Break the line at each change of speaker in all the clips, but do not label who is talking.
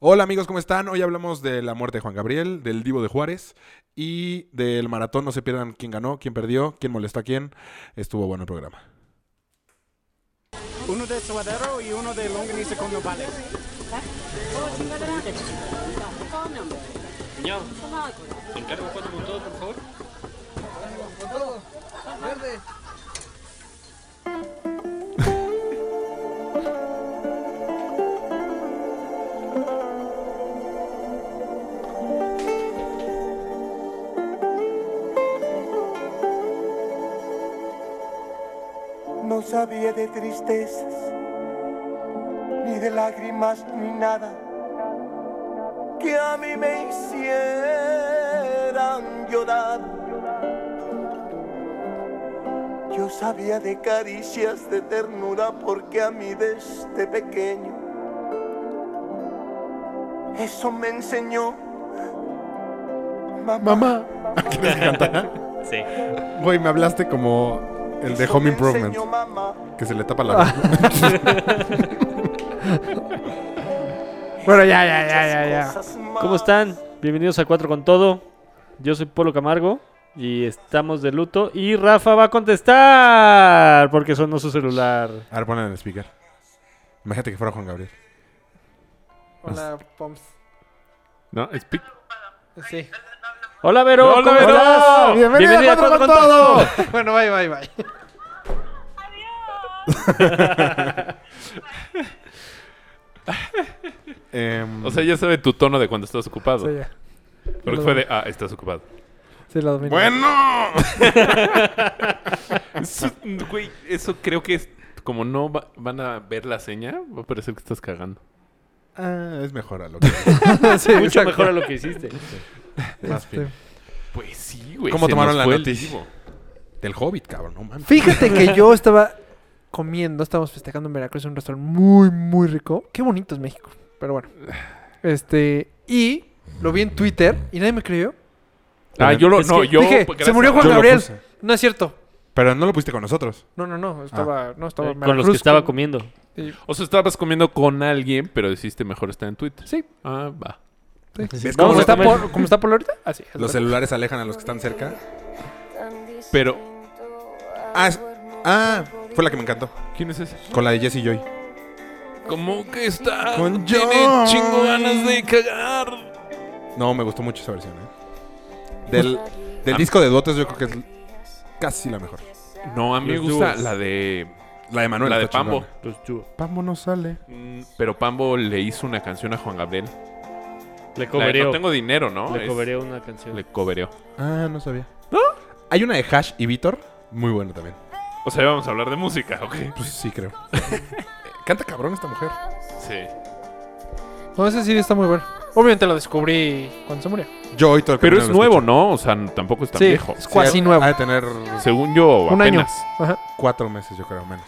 Hola amigos, ¿cómo están? Hoy hablamos de la muerte de Juan Gabriel, del Divo de Juárez y del maratón. No se pierdan quién ganó, quién perdió, quién molestó a quién. Estuvo bueno el programa.
Uno de suadero y uno de longaniza con nopales.
Yo, encargo cuatro con todo, por favor.
No sabía de tristezas, ni de lágrimas, ni nada que a mí me hicieran llorar. Yo sabía de caricias, de ternura, porque a mí desde pequeño eso me enseñó. Mamá.
Mamá. ¿Quieres cantar?
Sí.
Güey, me hablaste como el de
eso
Home
me
Improvement,
enseñó mamá.
que se le tapa la boca.
Bueno, ya, ya, ya, ya, ya.
Cosas más.
¿Cómo están? Bienvenidos a Cuatro con Todo. Yo soy Polo Camargo y estamos de luto. Y Rafa va a contestar porque sonó su celular.
A ver, ponle en el speaker. Imagínate que fuera Juan Gabriel.
Hola, Poms.
No, speak.
Sí.
Hola, Vero.
Hola,
¿cómo
Vero.
estás?
Bienvenida a Cuatro con Todo.
Bueno, bye, bye, bye.
Em,
O sea, ya sabe tu tono de cuando estás ocupado.
Sí, ya.
Porque fue de, ah, estás ocupado.
Sí, lo domino.
bueno.
Eso, güey, eso creo que es... Como no va- van a ver la seña, va a parecer que estás cagando.
Ah, es mejor a lo que.
Sí,
Mucho mejor a lo que hiciste.
Más
este.
fin.
Pues sí, güey.
¿Cómo
se
tomaron
nos
la
fue el
noticia?
vivo.
Del Hobbit, cabrón. No mames.
Fíjate que yo estaba comiendo, estábamos festejando en Veracruz en un restaurante muy, muy rico. Qué bonito es México, pero bueno. Este, y lo vi en Twitter y nadie me creyó.
Ah, yo lo...
Es
no,
que
yo... pues,
dije,
gracias.
se murió Juan
Yo lo
Gabriel.
puse.
No es cierto.
Pero no lo pusiste con nosotros.
No, no, no, estaba, no estaba en
Eh, Con los que
Veracruz,
estaba
con-
comiendo.
y-
O sea, estabas comiendo con alguien, pero decidiste mejor estar en Twitter.
Sí,
Ah, va.
sí.
¿Ves
No,
cómo
¿Cómo,
Vamos a
los-
está
comer.
por, ¿Cómo está por ahorita? Así.
los celulares alejan a los que están cerca?
Pero...
Ah, es- ah, fue la que me encantó.
¿Quién es ese?
Con la de Jesse Joy.
¿Cómo que está?
Con
Tiene
Joy.
chingo ganas de cagar.
No, me gustó mucho esa versión, ¿eh? Del, del disco de Dotes yo creo que es casi la mejor.
No, a mí me
Los
gusta
dúos.
la de...
La de Manuel.
la de
está
Pambo.
chingona.
Pues tú,
Pambo no sale.
Mm, Pero Pambo le hizo una canción a Juan Gabriel. La de
le
no
cobereo.
tengo dinero, ¿no?
Le
Es-
cobereo una canción.
Le cobereó.
Ah, no sabía. Hay una de Hash y Vitor. Muy buena también.
O sea, vamos a hablar de música, ¿ok?
Pues sí, creo. Canta cabrón esta mujer.
Sí.
No, ese sí está muy bueno. Obviamente lo descubrí cuando se murió.
Yo hoy todo el
Pero
camino
es
lo
nuevo,
escucho.
¿no? O sea, n- tampoco es tan
sí,
viejo.
es cuasi
Sí,
nuevo.
Ha de tener
Según yo,
Un año.
apenas.
Ajá.
cuatro meses, yo creo, menos.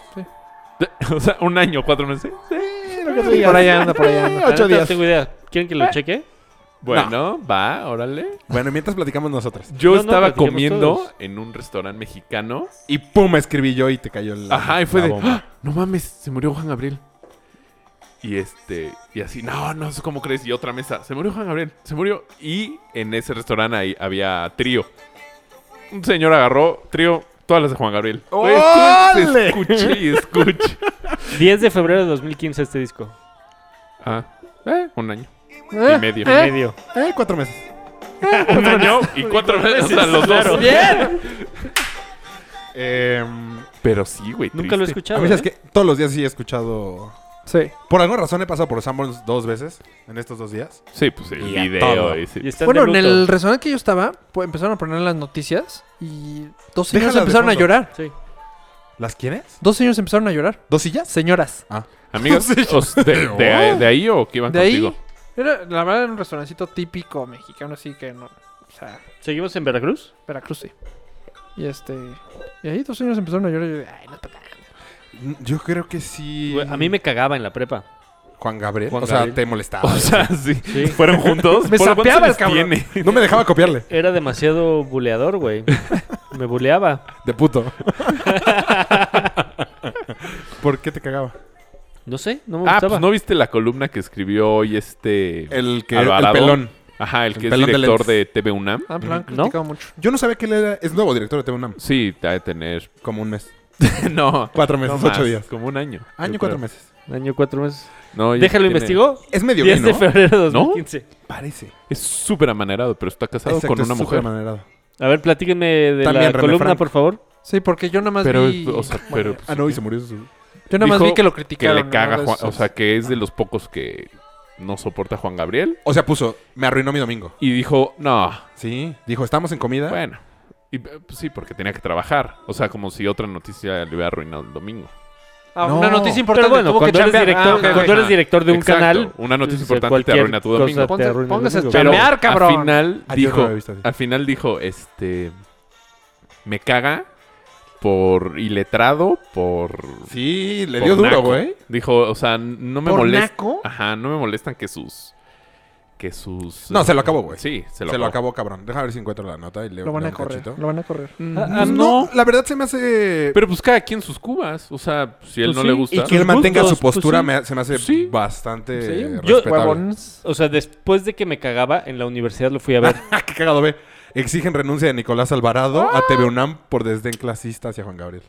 o sea, un año, cuatro meses.
Por allá anda, por allá anda.
La neta, No tengo idea. ¿Quieren que lo cheque?
Bueno, va, órale.
Bueno, y mientras platicamos nosotros.
Yo
No, no,
estaba
platiquemos
comiendo
todos.
en un restaurante mexicano.
Y pum, escribí yo y te cayó el.
Ajá, y fue
la
de.
bomba.
"Ah, No mames, se murió Juan Gabriel. Y este, y así, no, no, ¿cómo crees? Y otra mesa, se murió Juan Gabriel, se murió. Y en ese restaurante ahí había trío. Un señor agarró trío, todas las de Juan Gabriel. Güey, estuve-
¡Ole!
Escuché y escuché.
10 de febrero de 2015 este disco.
Ah, eh, un año
¿Eh?
y medio.
Y medio.
Eh, cuatro meses.
un año y cuatro veces a los dos.
Bien.
Em,
Pero sí, güey.
Nunca lo he
triste.
a
escuchado.
mí, ¿sabes
¿eh?
qué? Todos los días sí he escuchado.
Sí.
Por alguna razón he pasado por Sanborns dos veces en estos dos días.
Sí, pues el
Y a todo.
video. y sí.
Y están
Bueno,
de
en
luto.
el restaurante que yo estaba, pues, empezaron a poner las noticias y dos
Déjalas
señores
de
empezaron a
fondo.
llorar.
Sí.
¿Las quiénes?
Dos señores empezaron a llorar.
¿Dos sillas?
Señoras.
Amigos, os- de, de- de ahí o que iban
De
contigo?
ahí. Era, la verdad era un restaurancito típico mexicano, así que no. O sea,
¿Seguimos en Veracruz?
Veracruz sí. Y este. Y ahí dos señores empezaron a llorar y yo, ay, no toca.
Yo creo que sí.
ah,
Güey, A mí me cagaba en la prepa.
Juan Gabriel.
Juan
o sea,
Gabriel.
te molestaba.
O sea, sí.
Sí.
Fueron juntos.
Me
¿Por cuántos
sapeaba el
años
cabrón.
tiene?
no me dejaba copiarle.
Era demasiado buleador, güey. Me buleaba.
De puto. ¿Por qué te cagaba?
No sé, no me
Ah,
gustaba.
pues no viste la columna que escribió hoy este.
El que
Alvarado.
el pelón.
Ajá, el
el
que es
pelón de
director
lentes.
de, TV UNAM.
Ah, pero lo han
¿No?
criticado mucho.
Yo no sabía que él era, es nuevo director de TVUNAM.
Sí, te ha de tener.
Como un mes.
no.
Cuatro
no
meses,
más,
ocho días.
Como un año.
Año, cuatro meses.
Año cuatro meses.
No, ya
Déjalo,
tiene-
investigó.
Es medio
10
bien,
este
de
¿no?
febrero de
¿No?
2015.
Parece.
Es súper amanerado, pero está casado
Exacto,
con
es
una
súper
mujer.
amanerado.
A ver, platíquenme de
También
la
René
columna,
Franco.
por favor.
Sí, porque yo nada más
Pero,
vi...
o sea, pero.
Ah, no, y se murió. su-
yo nada más
dijo
vi que lo
que
criticaron.
le caga
¿no?
Juan-
Eso
o
es-
sea, que es de los pocos que no soporta a Juan Gabriel.
O sea, puso, me arruinó mi domingo.
Y dijo, no,
Sí. Dijo, estamos en comida.
bueno. Y, eh, pues sí, porque tenía que trabajar. O sea, como si otra noticia le hubiera arruinado el domingo.
Ah,
No.
Una noticia importante.
Pero bueno,
tuvo que
cuando eres,
chambear.
director,
Ah, ok, ok.
cuando eres
Ajá.
director de un
Exacto.
canal.
Una noticia
o sea,
importante te
cualquier
arruina tu
cosa
domingo.
te arruina el
Póngase a
domingo.
Pero
chambear,
al
cabrón.
final
Ah, yo no lo
dijo,
había visto así.
al final dijo, este, me caga por iletrado, por...
Sí, le
por
dio duro,
naco".
güey.
Dijo, o sea, no me
¿Por
molesta. Ah,
naco?
Ajá, no me molestan que sus... Que sus...
No,
eh,
se lo acabó, güey.
Sí, se
Se
lo
lo,
acabó.
acabó, cabrón. Deja ver si encuentro la nota y leo.
Lo van
leo
a
un
correr.
cachito.
Lo van a correr.
Ah,
Pues no, la verdad se me hace...
Pero pues cada quien sus cubas. O sea, si él
Pues
no
sí,
le gusta...
y que él
Sus
mantenga
gustos,
su postura
pues sí.
me- se me hace
Sí.
bastante
pues
Sí. Yo-
respetable.
Huevones.
O sea, después de que me cagaba, en la universidad lo fui a ver.
Ah, qué cagado, ve. Exigen renuncia de Nicolás Alvarado a
Ah.
TV UNAM por desdén clasista hacia Juan Gabriel.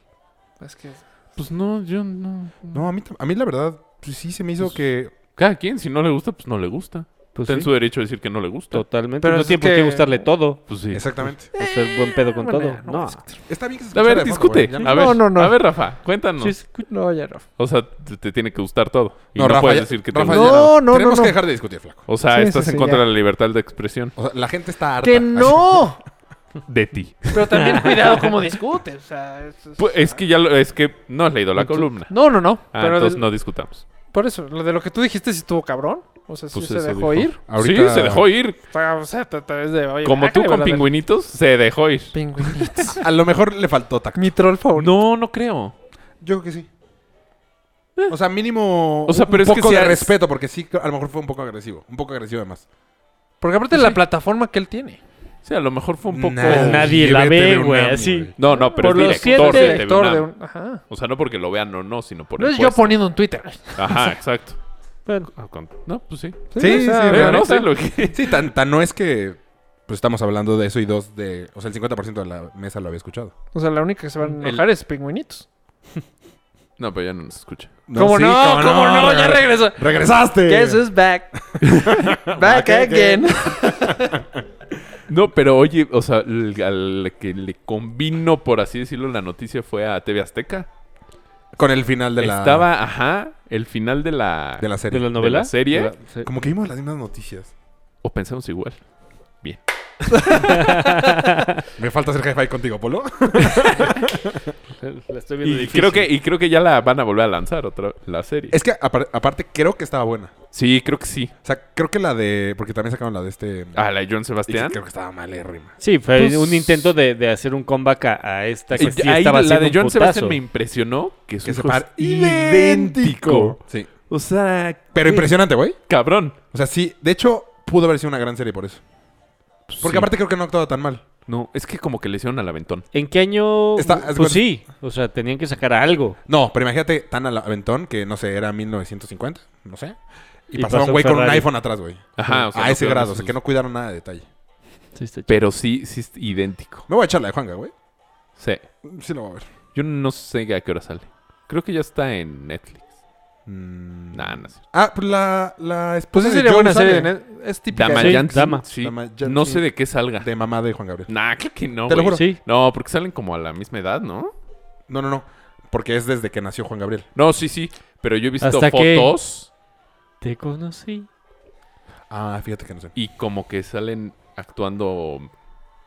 Es que...
Pues no, yo no...
No, a mí, t- a mí la verdad pues, sí se me hizo que...
Cada quien, si no le gusta, pues no le gusta.
Pues
Está
sí,
en su derecho a decir que no le gusta.
Totalmente.
Pero
no
es
tiene por qué
que- Eh,
gustarle todo.
Pues sí.
Exactamente.
O sea, buen pedo con
Bueno,
todo.
ya, no,
No.
es que-
Está bien que se
A
escuchara
ver,
de fondo, güey.
discute.
Ya
A ver,
No, no, no.
A ver, Rafa, cuéntanos.
Sí, es-
No, ya no.
O sea, te, te tiene que gustar todo. Y no,
Rafa,
puedes
ya-
decir que
Rafa,
te
ya
gusta.
No, no,
Tenemos
no, no.
que dejar de discutir, flaco.
O sea,
Sí, sí,
estás en
sí,
contra
ya.
de la libertad de expresión.
O sea, la gente está harta.
¡Que no!
De ti.
Pero también cuidado cómo discutes. O sea, es- es-
Pues, es que ya lo- es que no has leído la columna.
No, no, no.
Ah,
pero
entonces
de-
no discutamos.
Por eso, lo de lo que tú dijiste sí estuvo cabrón. O sea, sí
Pues
se
eso
dejó
dijo.
ir. ah,
Ahorita-
Sí, se dejó ir.
O sea, O sea, a través de... oye,
Como tú
hágale,
con
brother.
pingüinitos, se dejó ir.
Pingüinitos.
A lo mejor le faltó tacto.
Mi troll favorito.
No, no creo.
Yo creo que sí. O sea, mínimo
Eh. O sea,
un
pero es que
poco
si
de
has-
respeto, porque sí, a lo mejor fue un poco agresivo. Un poco agresivo además.
Porque
Pues
aparte de la plataforma que él tiene.
Sí, a lo mejor fue un poco.
Nadie.
Nadie la
Vete de
ve,
un
güey.
año,
Así.
güey.
No, no, pero
Por los
es director
siete-
de TV
Director de
UNAM.
un... Ajá.
O sea, no porque lo vean o no, sino por
No
el
es yo
puesto.
poniendo un Twitter.
Ajá, exacto.
Bueno,
Ah, con- No, pues sí.
Sí,
o sea,
sí,
la
Eh,
pero
neta.
no sé lo que.
Sí, tan, tan no es que pues estamos hablando de eso y dos de... O sea, el 50% de la mesa lo había escuchado.
O sea, la única que se van a enojar es pingüinitos.
No, pero ya no nos escucha.
No,
¿Cómo
sí,
no? ¿Cómo, no? Ya
Regre-
regresó.
¡Regresaste!
Guess who's back. back again.
Pues
No, pero oye, o sea, el- al que le combinó, por así decirlo, la noticia fue a TV Azteca.
Con el final de la,
Estaba, ajá, el final de la...
de la serie.
de la novela.
serie?
De la- sí.
Como que vimos las mismas noticias.
O pensamos igual.
Me falta hacer hi-fi contigo, Polo.
La estoy viendo
Y
difícil.
creo, que, y creo que ya la van a volver a lanzar otra la serie.
Es que apar- aparte creo que estaba buena.
Sí, creo que sí.
O sea, creo que la de... Porque también sacaron la de este...
Ah, la de John
y
Sebastián.
creo que estaba mal eh, rima.
Sí, fue
Pues-
un intento de, de hacer un comeback a, a esta que
Eh,
sí
ahí
estaba
la
haciendo
de
un
John Sebastián
putazo.
me impresionó que su
Que se
hijo es
par- idéntico. Sí.
O sea,
Pero
qué
impresionante, güey.
cabrón.
O sea, sí. De hecho, pudo haber sido una gran serie por eso. Porque
Pues Sí.
aparte creo que no actuaba tan mal.
No, es que como que le hicieron al aventón.
¿En qué año?
Está-
pues
haz cuenta.
sí, o sea, tenían que sacar algo.
No, pero imagínate tan al aventón que, no sé, era 1950, no sé. Y,
Y
pasaba un
pasó
güey con un
Ferrari.
iPhone atrás, güey.
Ajá, o sea,
a
no
ese
cuidaron
grado, o
esos-
sea, que no cuidaron nada de detalle.
Pero sí, sí es idéntico.
Me voy a echar la de Juanga, güey.
Sí.
Sí lo voy a ver.
Yo no sé a qué hora sale. Creo que ya está en Netflix.
Mm.
Nah, no sé.
Ah, pues la, la
Pues
esposa
es
de
sería
Joe
buena
sale
serie. ¿no? Es típica.
Dama
Sí,
Yanti,
Dama.
sí.
Dama Yanti.
No sé de qué salga.
de mamá de Juan Gabriel.
Nah, creo que no.
Te lo
güey.
juro.
Sí.
No, porque salen como a la misma edad, ¿no?
No, no, no. Porque es desde que nació Juan Gabriel.
No, sí, sí. Pero yo he visto
¿Hasta qué?
fotos
Te conocí
Ah, fíjate que no sé.
y como que salen actuando.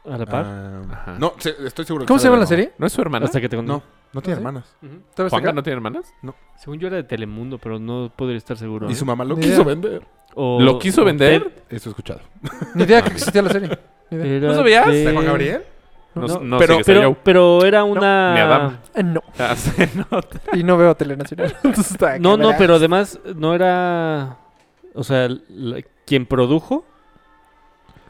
a la par.
Ah,
Ajá.
no, se- estoy seguro. que
¿Cómo se
sale
llama la
de
serie?
Ah, ¿No es su hermana?
Hasta que te
mamá.
conocí.
No, no tiene
¿Ah, sí?
hermanas.
Ujú.
¿Te vas a
¿Juanga
sacar?
no tiene hermanas?
Según yo era de Telemundo, pero no podría estar seguro.
Y
¿eh?
su mamá lo
Ni
quiso
idea.
vender.
O-
¿Lo quiso
o
vender?
Ted
Eso he escuchado.
Ni idea que existía la serie. Ni idea.
era
¿No sabías?
¿De Juan Gabriel?
No,
No,
no
pero-
sé qué sea
Pero, pero era una...
ni Adam.
Ah, No.
yo. Ah, sí, no.
Y no veo Telenacional. Entonces está
No, no,
cabrón.
pero además no era... O sea, la- quien produjo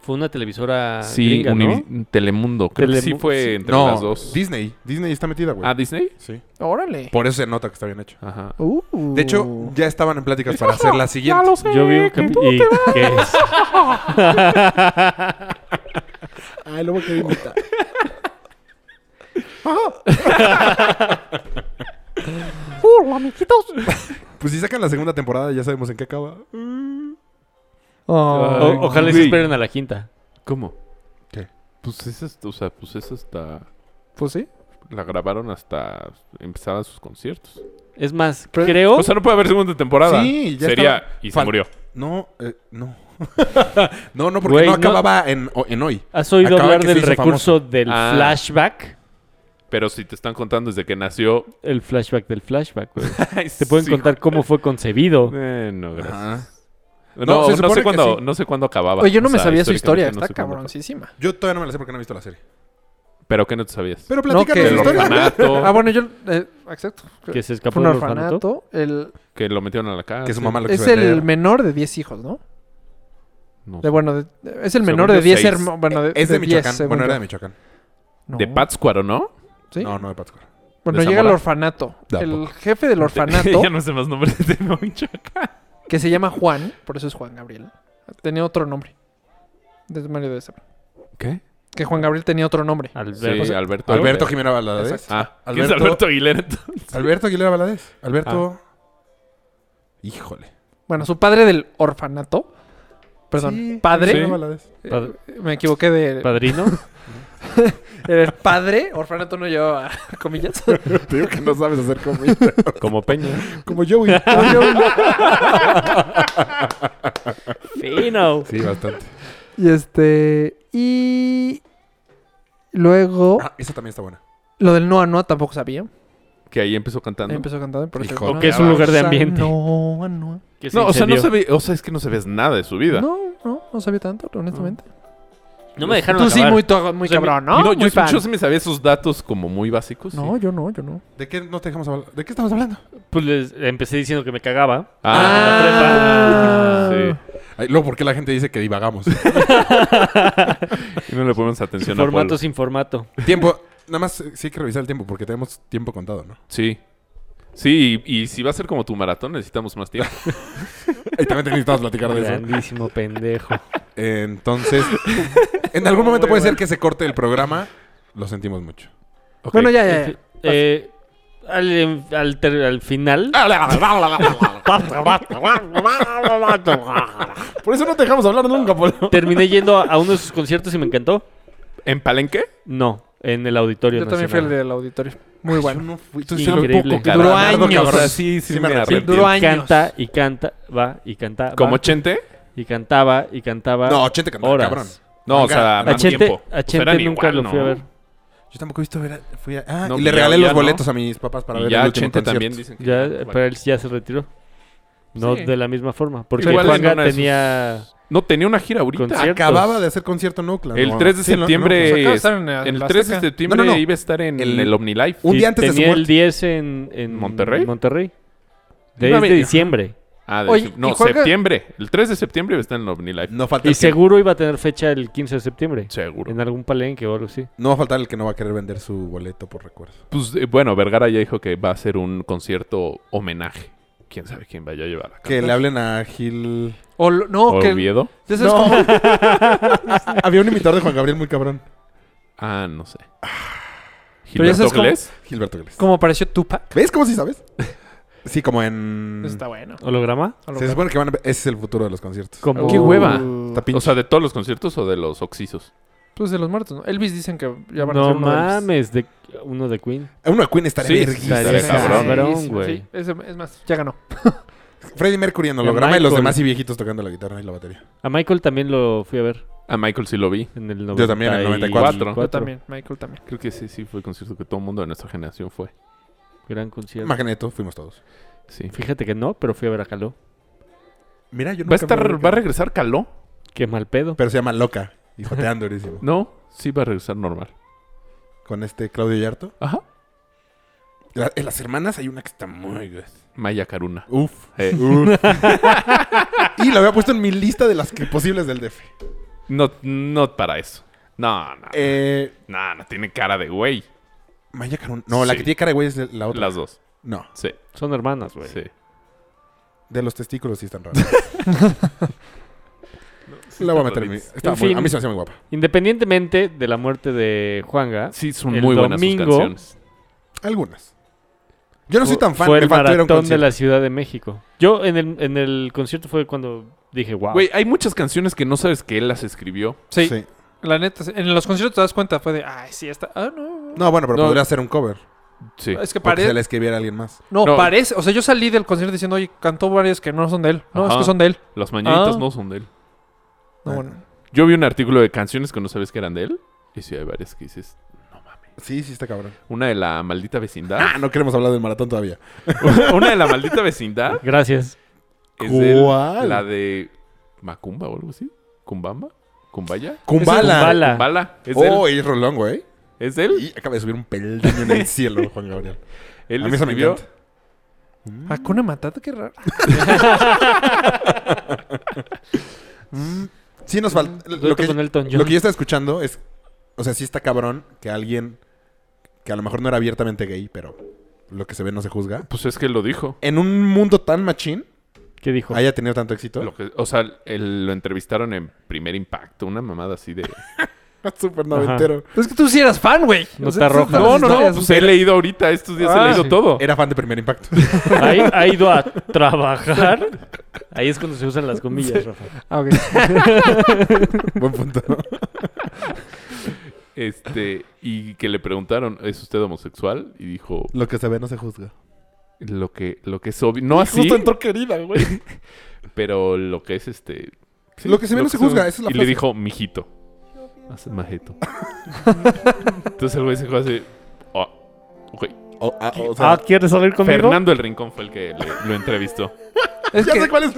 Fue una televisora
Sí,
gringa,
Univi-
¿no?
Telemundo. Creo que sí
Telemu-
fue
sí.
entre
No,
las dos.
Disney. Disney está metida, güey.
Ah, Disney.
sí.
Órale.
Por eso se nota que está bien hecho.
Ajá.
Uh.
De hecho, ya estaban en pláticas para hacer la siguiente.
Yo vi un capi- ¿Y qué es?
Ay, lo voy a querer imitar.
Hola, amiguitos.
Pues si sacan la segunda temporada, ya sabemos en qué acaba.
O-
Oh.
ojalá y se
Güey.
esperen a la quinta.
¿Cómo?
¿Qué?
Pues esa, hasta- o sea, pues esa hasta
Pues sí.
la grabaron hasta empezaban sus conciertos.
Es más,
Pero-
creo.
O sea, no puede haber segunda temporada.
Oh. Sí, ya
Sería
estaba-
y se
Fan-
murió.
No, eh, no. no, no, porque
Güey,
no
no-
acababa En, o- en hoy.
¿Has oído
Acaba
hablar
que se
del
hizo
recurso del
Ah.
flashback?
Pero si te están contando desde que nació,
El flashback del flashback, güey.
te
Te pueden contar cómo fue concebido.
Bueno, gracias.
Ajá.
No,
No, se
no
supone
sé
que
cuándo,
sí.
no sé cuándo acababa.
Oye, yo no
O
me
sea,
sabía su historia.
históricamente no
Está
sé cuándo
cabroncísima.
Yo todavía no me la sé porque no he visto la serie.
acababa. Pero ¿qué no te sabías?
Pero
No,
platícanos
que-
la
El
Del
historia.
orfanato,
Ah, bueno, yo. eh, exacto.
Que se escapó
Fue un
del orfanato.
orfanato. El,
que lo metieron a la casa.
Que su mamá lo quiso
es el
vender.
menor de 10 hijos, ¿no?
No
De,
sé.
bueno, de- es el
Según
menor
yo,
de 10
seis.
hermanos. Bueno, de,
Eh, Es de,
diez,
Michoacán.
según
bueno, era
yo.
de Michoacán.
No.
De Pátzcuaro, ¿no?
¿Sí?
No, no de Pátzcuaro.
bueno,
de
llega el
Zamora.
orfanato. El
Tampoco.
jefe del orfanato,
ya no sé más nombres de Michoacán.
que se llama Juan, por eso es Juan Gabriel. Tenía otro nombre. Desde Mario de Sabra.
¿Qué?
Que Juan Gabriel tenía otro nombre.
Ah.
Alberto.
Sí, Alberto.
Alberto Jimena Valadez.
Ah, ¿quién es
Alberto-
Alberto Aguilera entonces?
Alberto Aguilera Valadez. Alberto. Híjole.
Bueno, su padre del orfanato. Perdón,
Sí,
padre.
Jimena Valadez.
Pad-
Me equivoqué de.
Padrino.
El padre. Orfanato no llevaba comillas.
Te digo que no sabes hacer comida.
Como Peña.
Como Joey. Como Joey.
Fino.
Sí, bastante.
Y este. Y.
¿Oh?
Luego.
Ah, esa también está buena.
Lo del Noa Noa tampoco sabía.
Que ahí empezó cantando.
Ahí empezó cantando. Pero
Hijo,
que es un lugar de ambiente.
Noa Noa.
Que se
No, o sea, no
incendió.
sabía, o sea, es que no sabías nada de su vida.
No, no, no sabía tanto, honestamente.
No me dejaron
Tú sí,
acabar.
muy, to- muy
O sea,
cabrón, ¿no?
No, yo,
Muy fan.
yo sí me sabía esos datos como muy básicos.
No,
sí.
yo no, yo no.
¿De qué no te dejamos hablar? ¿De qué estamos hablando?
Pues les empecé diciendo que me cagaba.
Ah.
Ah, sí.
Ay, luego, porque la gente dice que divagamos?
Y no le ponemos atención a Polo.
Formato sin formato.
tiempo. Nada más eh, sí hay que revisar el tiempo porque tenemos tiempo contado, ¿no?
Sí. Sí, y, y si va a ser como tu maratón, necesitamos más tiempo.
Y también te necesitamos platicar de eso.
Grandísimo pendejo.
Entonces, en algún momento puede ser que se corte el programa. Lo sentimos mucho.
Bueno, ya, ya. ya.
Eh, al, em, al ter- al final.
Ah,
Por eso no te dejamos hablar nunca, Polo.
Terminé yendo a, a uno de sus conciertos y me encantó.
¿En Palenque?
No, en el auditorio.
Yo también fui al
Nacional.
del auditorio. Muy bueno.
Increíble.
Increíble.
Duró
años.
O sea, sí,
Sí
sí, me
me arrepiento.
arrepiento.
Duró años.
Canta y canta, va y canta. va,
¿Como 80?
y cantaba y cantaba.
No, 80 cantaba,
horas.
cabrón.
No, o
Nunca-
sea,
A
más
Achente,
tiempo. O sea,
Achente
eran
nunca
igual,
lo fui a
¿no?
ver.
Yo tampoco he visto ver. a- Fui a- ah,
No,
y le
ya-
regalé
ya
los
no.
boletos a mis papás para
Y
ver
ya
el último
Achente
concierto. eh,
también dicen que...
Ya,
vale.
pero él ya se retiró. No
Sí.
de la misma forma. Porque
Igual en
Juanga
una de sus-
tenía.
No, tenía una gira ahorita.
Concierto.
Acababa de hacer concierto en Oakland.
El
¿no?
3 de
Sí, ¿no?
septiembre...
No, pues,
acaba de
es-
estar en el
Ah, el
Azteca.
3 de septiembre
No, no, no.
iba a estar en el,
El-
OmniLife.
un
Y
día antes de su
tenía el
muerte.
10 en, en
¿Monterrey?
Monterrey. De,
Iba a
de
venir.
diciembre.
Ah, de
Oye,
sep-
¿y
no,
Juanga-
septiembre. El 3 de septiembre iba a estar en el OmniLife.
No falta
Y
el que-
seguro iba a tener fecha el 15 de septiembre.
Seguro.
En algún palenque o algo así.
No va a faltar el que no va a querer vender su boleto por recuerdo.
Pues eh, bueno, Vergara ya dijo que va a ser un concierto homenaje. ¿Quién sabe quién vaya a llevar a
Que le hablen a Gil.
O lo- no, que.
Oviedo.
ya sabes cómo-
Ah, Había un imitador de Juan Gabriel muy cabrón.
Ah, no sé.
Ah.
Pero ya
Gilberto
sabes cómo-
Glés.
Gilberto Gles.
como apareció Tupac.
¿Ves cómo sí sabes? Sí, como en.
Eso está bueno.
¿Holograma?
A lo
Se
mejor.
supone que van a... Ese Mm. es el futuro de los conciertos.
Como...
Qué hueva.
Está pinche.
O sea, de todos los conciertos o de los oxisos.
Pues de los muertos, ¿no? Elvis dicen que ya van a
no
ser uno de Elvis.
mames, de uno de Queen.
Uno de Queen estaría
Sí,
verguísima.
estaría cabrón.
cabrón, güey.
Sí, es, es más, ya ganó.
Freddie Mercury en
Y a
holograma y los
Michael.
demás y viejitos tocando la guitarra y la batería.
A Michael también lo fui a ver
A Michael sí lo vi.
en el 94.
Yo también, en el 94.
Yo también, Michael también.
Creo que sí, sí fue el concierto que todo el mundo de nuestra generación fue.
Gran concierto.
Magneto, fuimos todos.
Sí.
Fíjate que no, pero fui a ver a Caló.
Mira, yo
¿Va a
nunca me
estar,
acuerdo
va a
que-
regresar Caló?
Qué mal pedo.
Pero se llama Loca. Y jotean durísimo.
No, sí va a regresar normal.
Con este Claudio Yarto.
Ajá.
La- en las hermanas hay una que está muy. good.
Maya Caruna.
Uf.
Eh,
Y la había puesto en mi lista de las que posibles del DF.
No, no para eso. No, no.
Eh,
No, no tiene cara de güey.
Maya Carun- No, la
Sí.
que tiene cara de güey es la otra.
Las dos.
No,
Sí,
Son hermanas, güey.
sí.
de los testículos sí están raros. la voy a meter en mi.
raritas.
está
En
muy-
fin.
A mí se me hace muy guapa.
Independientemente de la muerte de Juanga,
Sí, son
El
muy buenas sus
domingo-
canciones.
Algunas. Yo no soy tan fan.
fue el
me faltó ir a un
maratón de
concierto.
la Ciudad de México. Yo en el, en el concierto fue cuando dije, wow.
Güey, hay muchas canciones que no sabes que él las escribió.
Sí,
Sí.
la neta. sí. En los conciertos te das cuenta, fue de, ay, sí, está. Ah, no.
No, bueno, pero
No.
podría hacer un cover.
Sí.
Es que
o que se
parece.
la escribiera alguien más.
No,
No.
parece. O sea, yo salí del concierto diciendo, oye, cantó varios que no son de él. No, es
Ajá.
que son de él.
Las mañanitas
Ah.
no son de él.
No,
Ah.
bueno.
Yo vi un artículo de canciones que no sabes que eran de él. Y sí, hay varias que dices, no mames.
Sí, sí, está cabrón.
Una de la maldita vecindad.
Ah, no queremos hablar del maratón todavía.
una de la maldita vecindad.
Gracias.
Es de
¿Cuál?
la de Macumba o algo así. Cumbamba. Cumbaya.
Kumbala.
Kumbala. Ah.
Cumbala. Es de él.
Oh, y es Rolón, güey.
Es de él.
Y acaba de subir un peldaño en el cielo, Juan Gabriel.
Él
a mí eso me
escribió-
encanta.
Hakuna Matata, qué raro.
Sí, nos falta. Lo
Dueto
que,
con Elton John.
lo que yo estaba escuchando es. O sea, sí está cabrón que alguien. Que a lo mejor no era abiertamente gay, pero lo que se ve no se juzga.
Pues es que él lo dijo.
En un mundo tan machín,
¿Qué dijo?
haya tenido tanto éxito.
Lo que- o sea, él- lo entrevistaron en Primer Impacto. Una mamada así de...
Súper noventero.
es que tú sí eras fan, güey.
Nota
O sea,
roja.
las
No, no, no.
historias-
Pues he leído ahorita. Estos días
Ah,
he leído
sí.
todo.
Era fan de primer impacto.
Ahí ha ido a trabajar. Ahí es cuando se usan las comillas, Rafa.
Ah, ok.
Buen punto.
Este... Y que le preguntaron, ¿es usted homosexual? Y dijo,
Lo que se ve no se juzga.
lo que, lo que es obvio... No así,
Justo entró querida, güey.
pero lo que es este... sí,
Lo que se ve no se juzga, esa es la
Y le
frase.
dijo, mijito. Haz el majeto. Entonces el güey se fue así... "Ah, güey".
O- a- o sea,
Ah, ¿quieres salir conmigo?
Fernando el Rincón fue el que le- lo entrevistó.
Es
ya
que-
sé cuál es.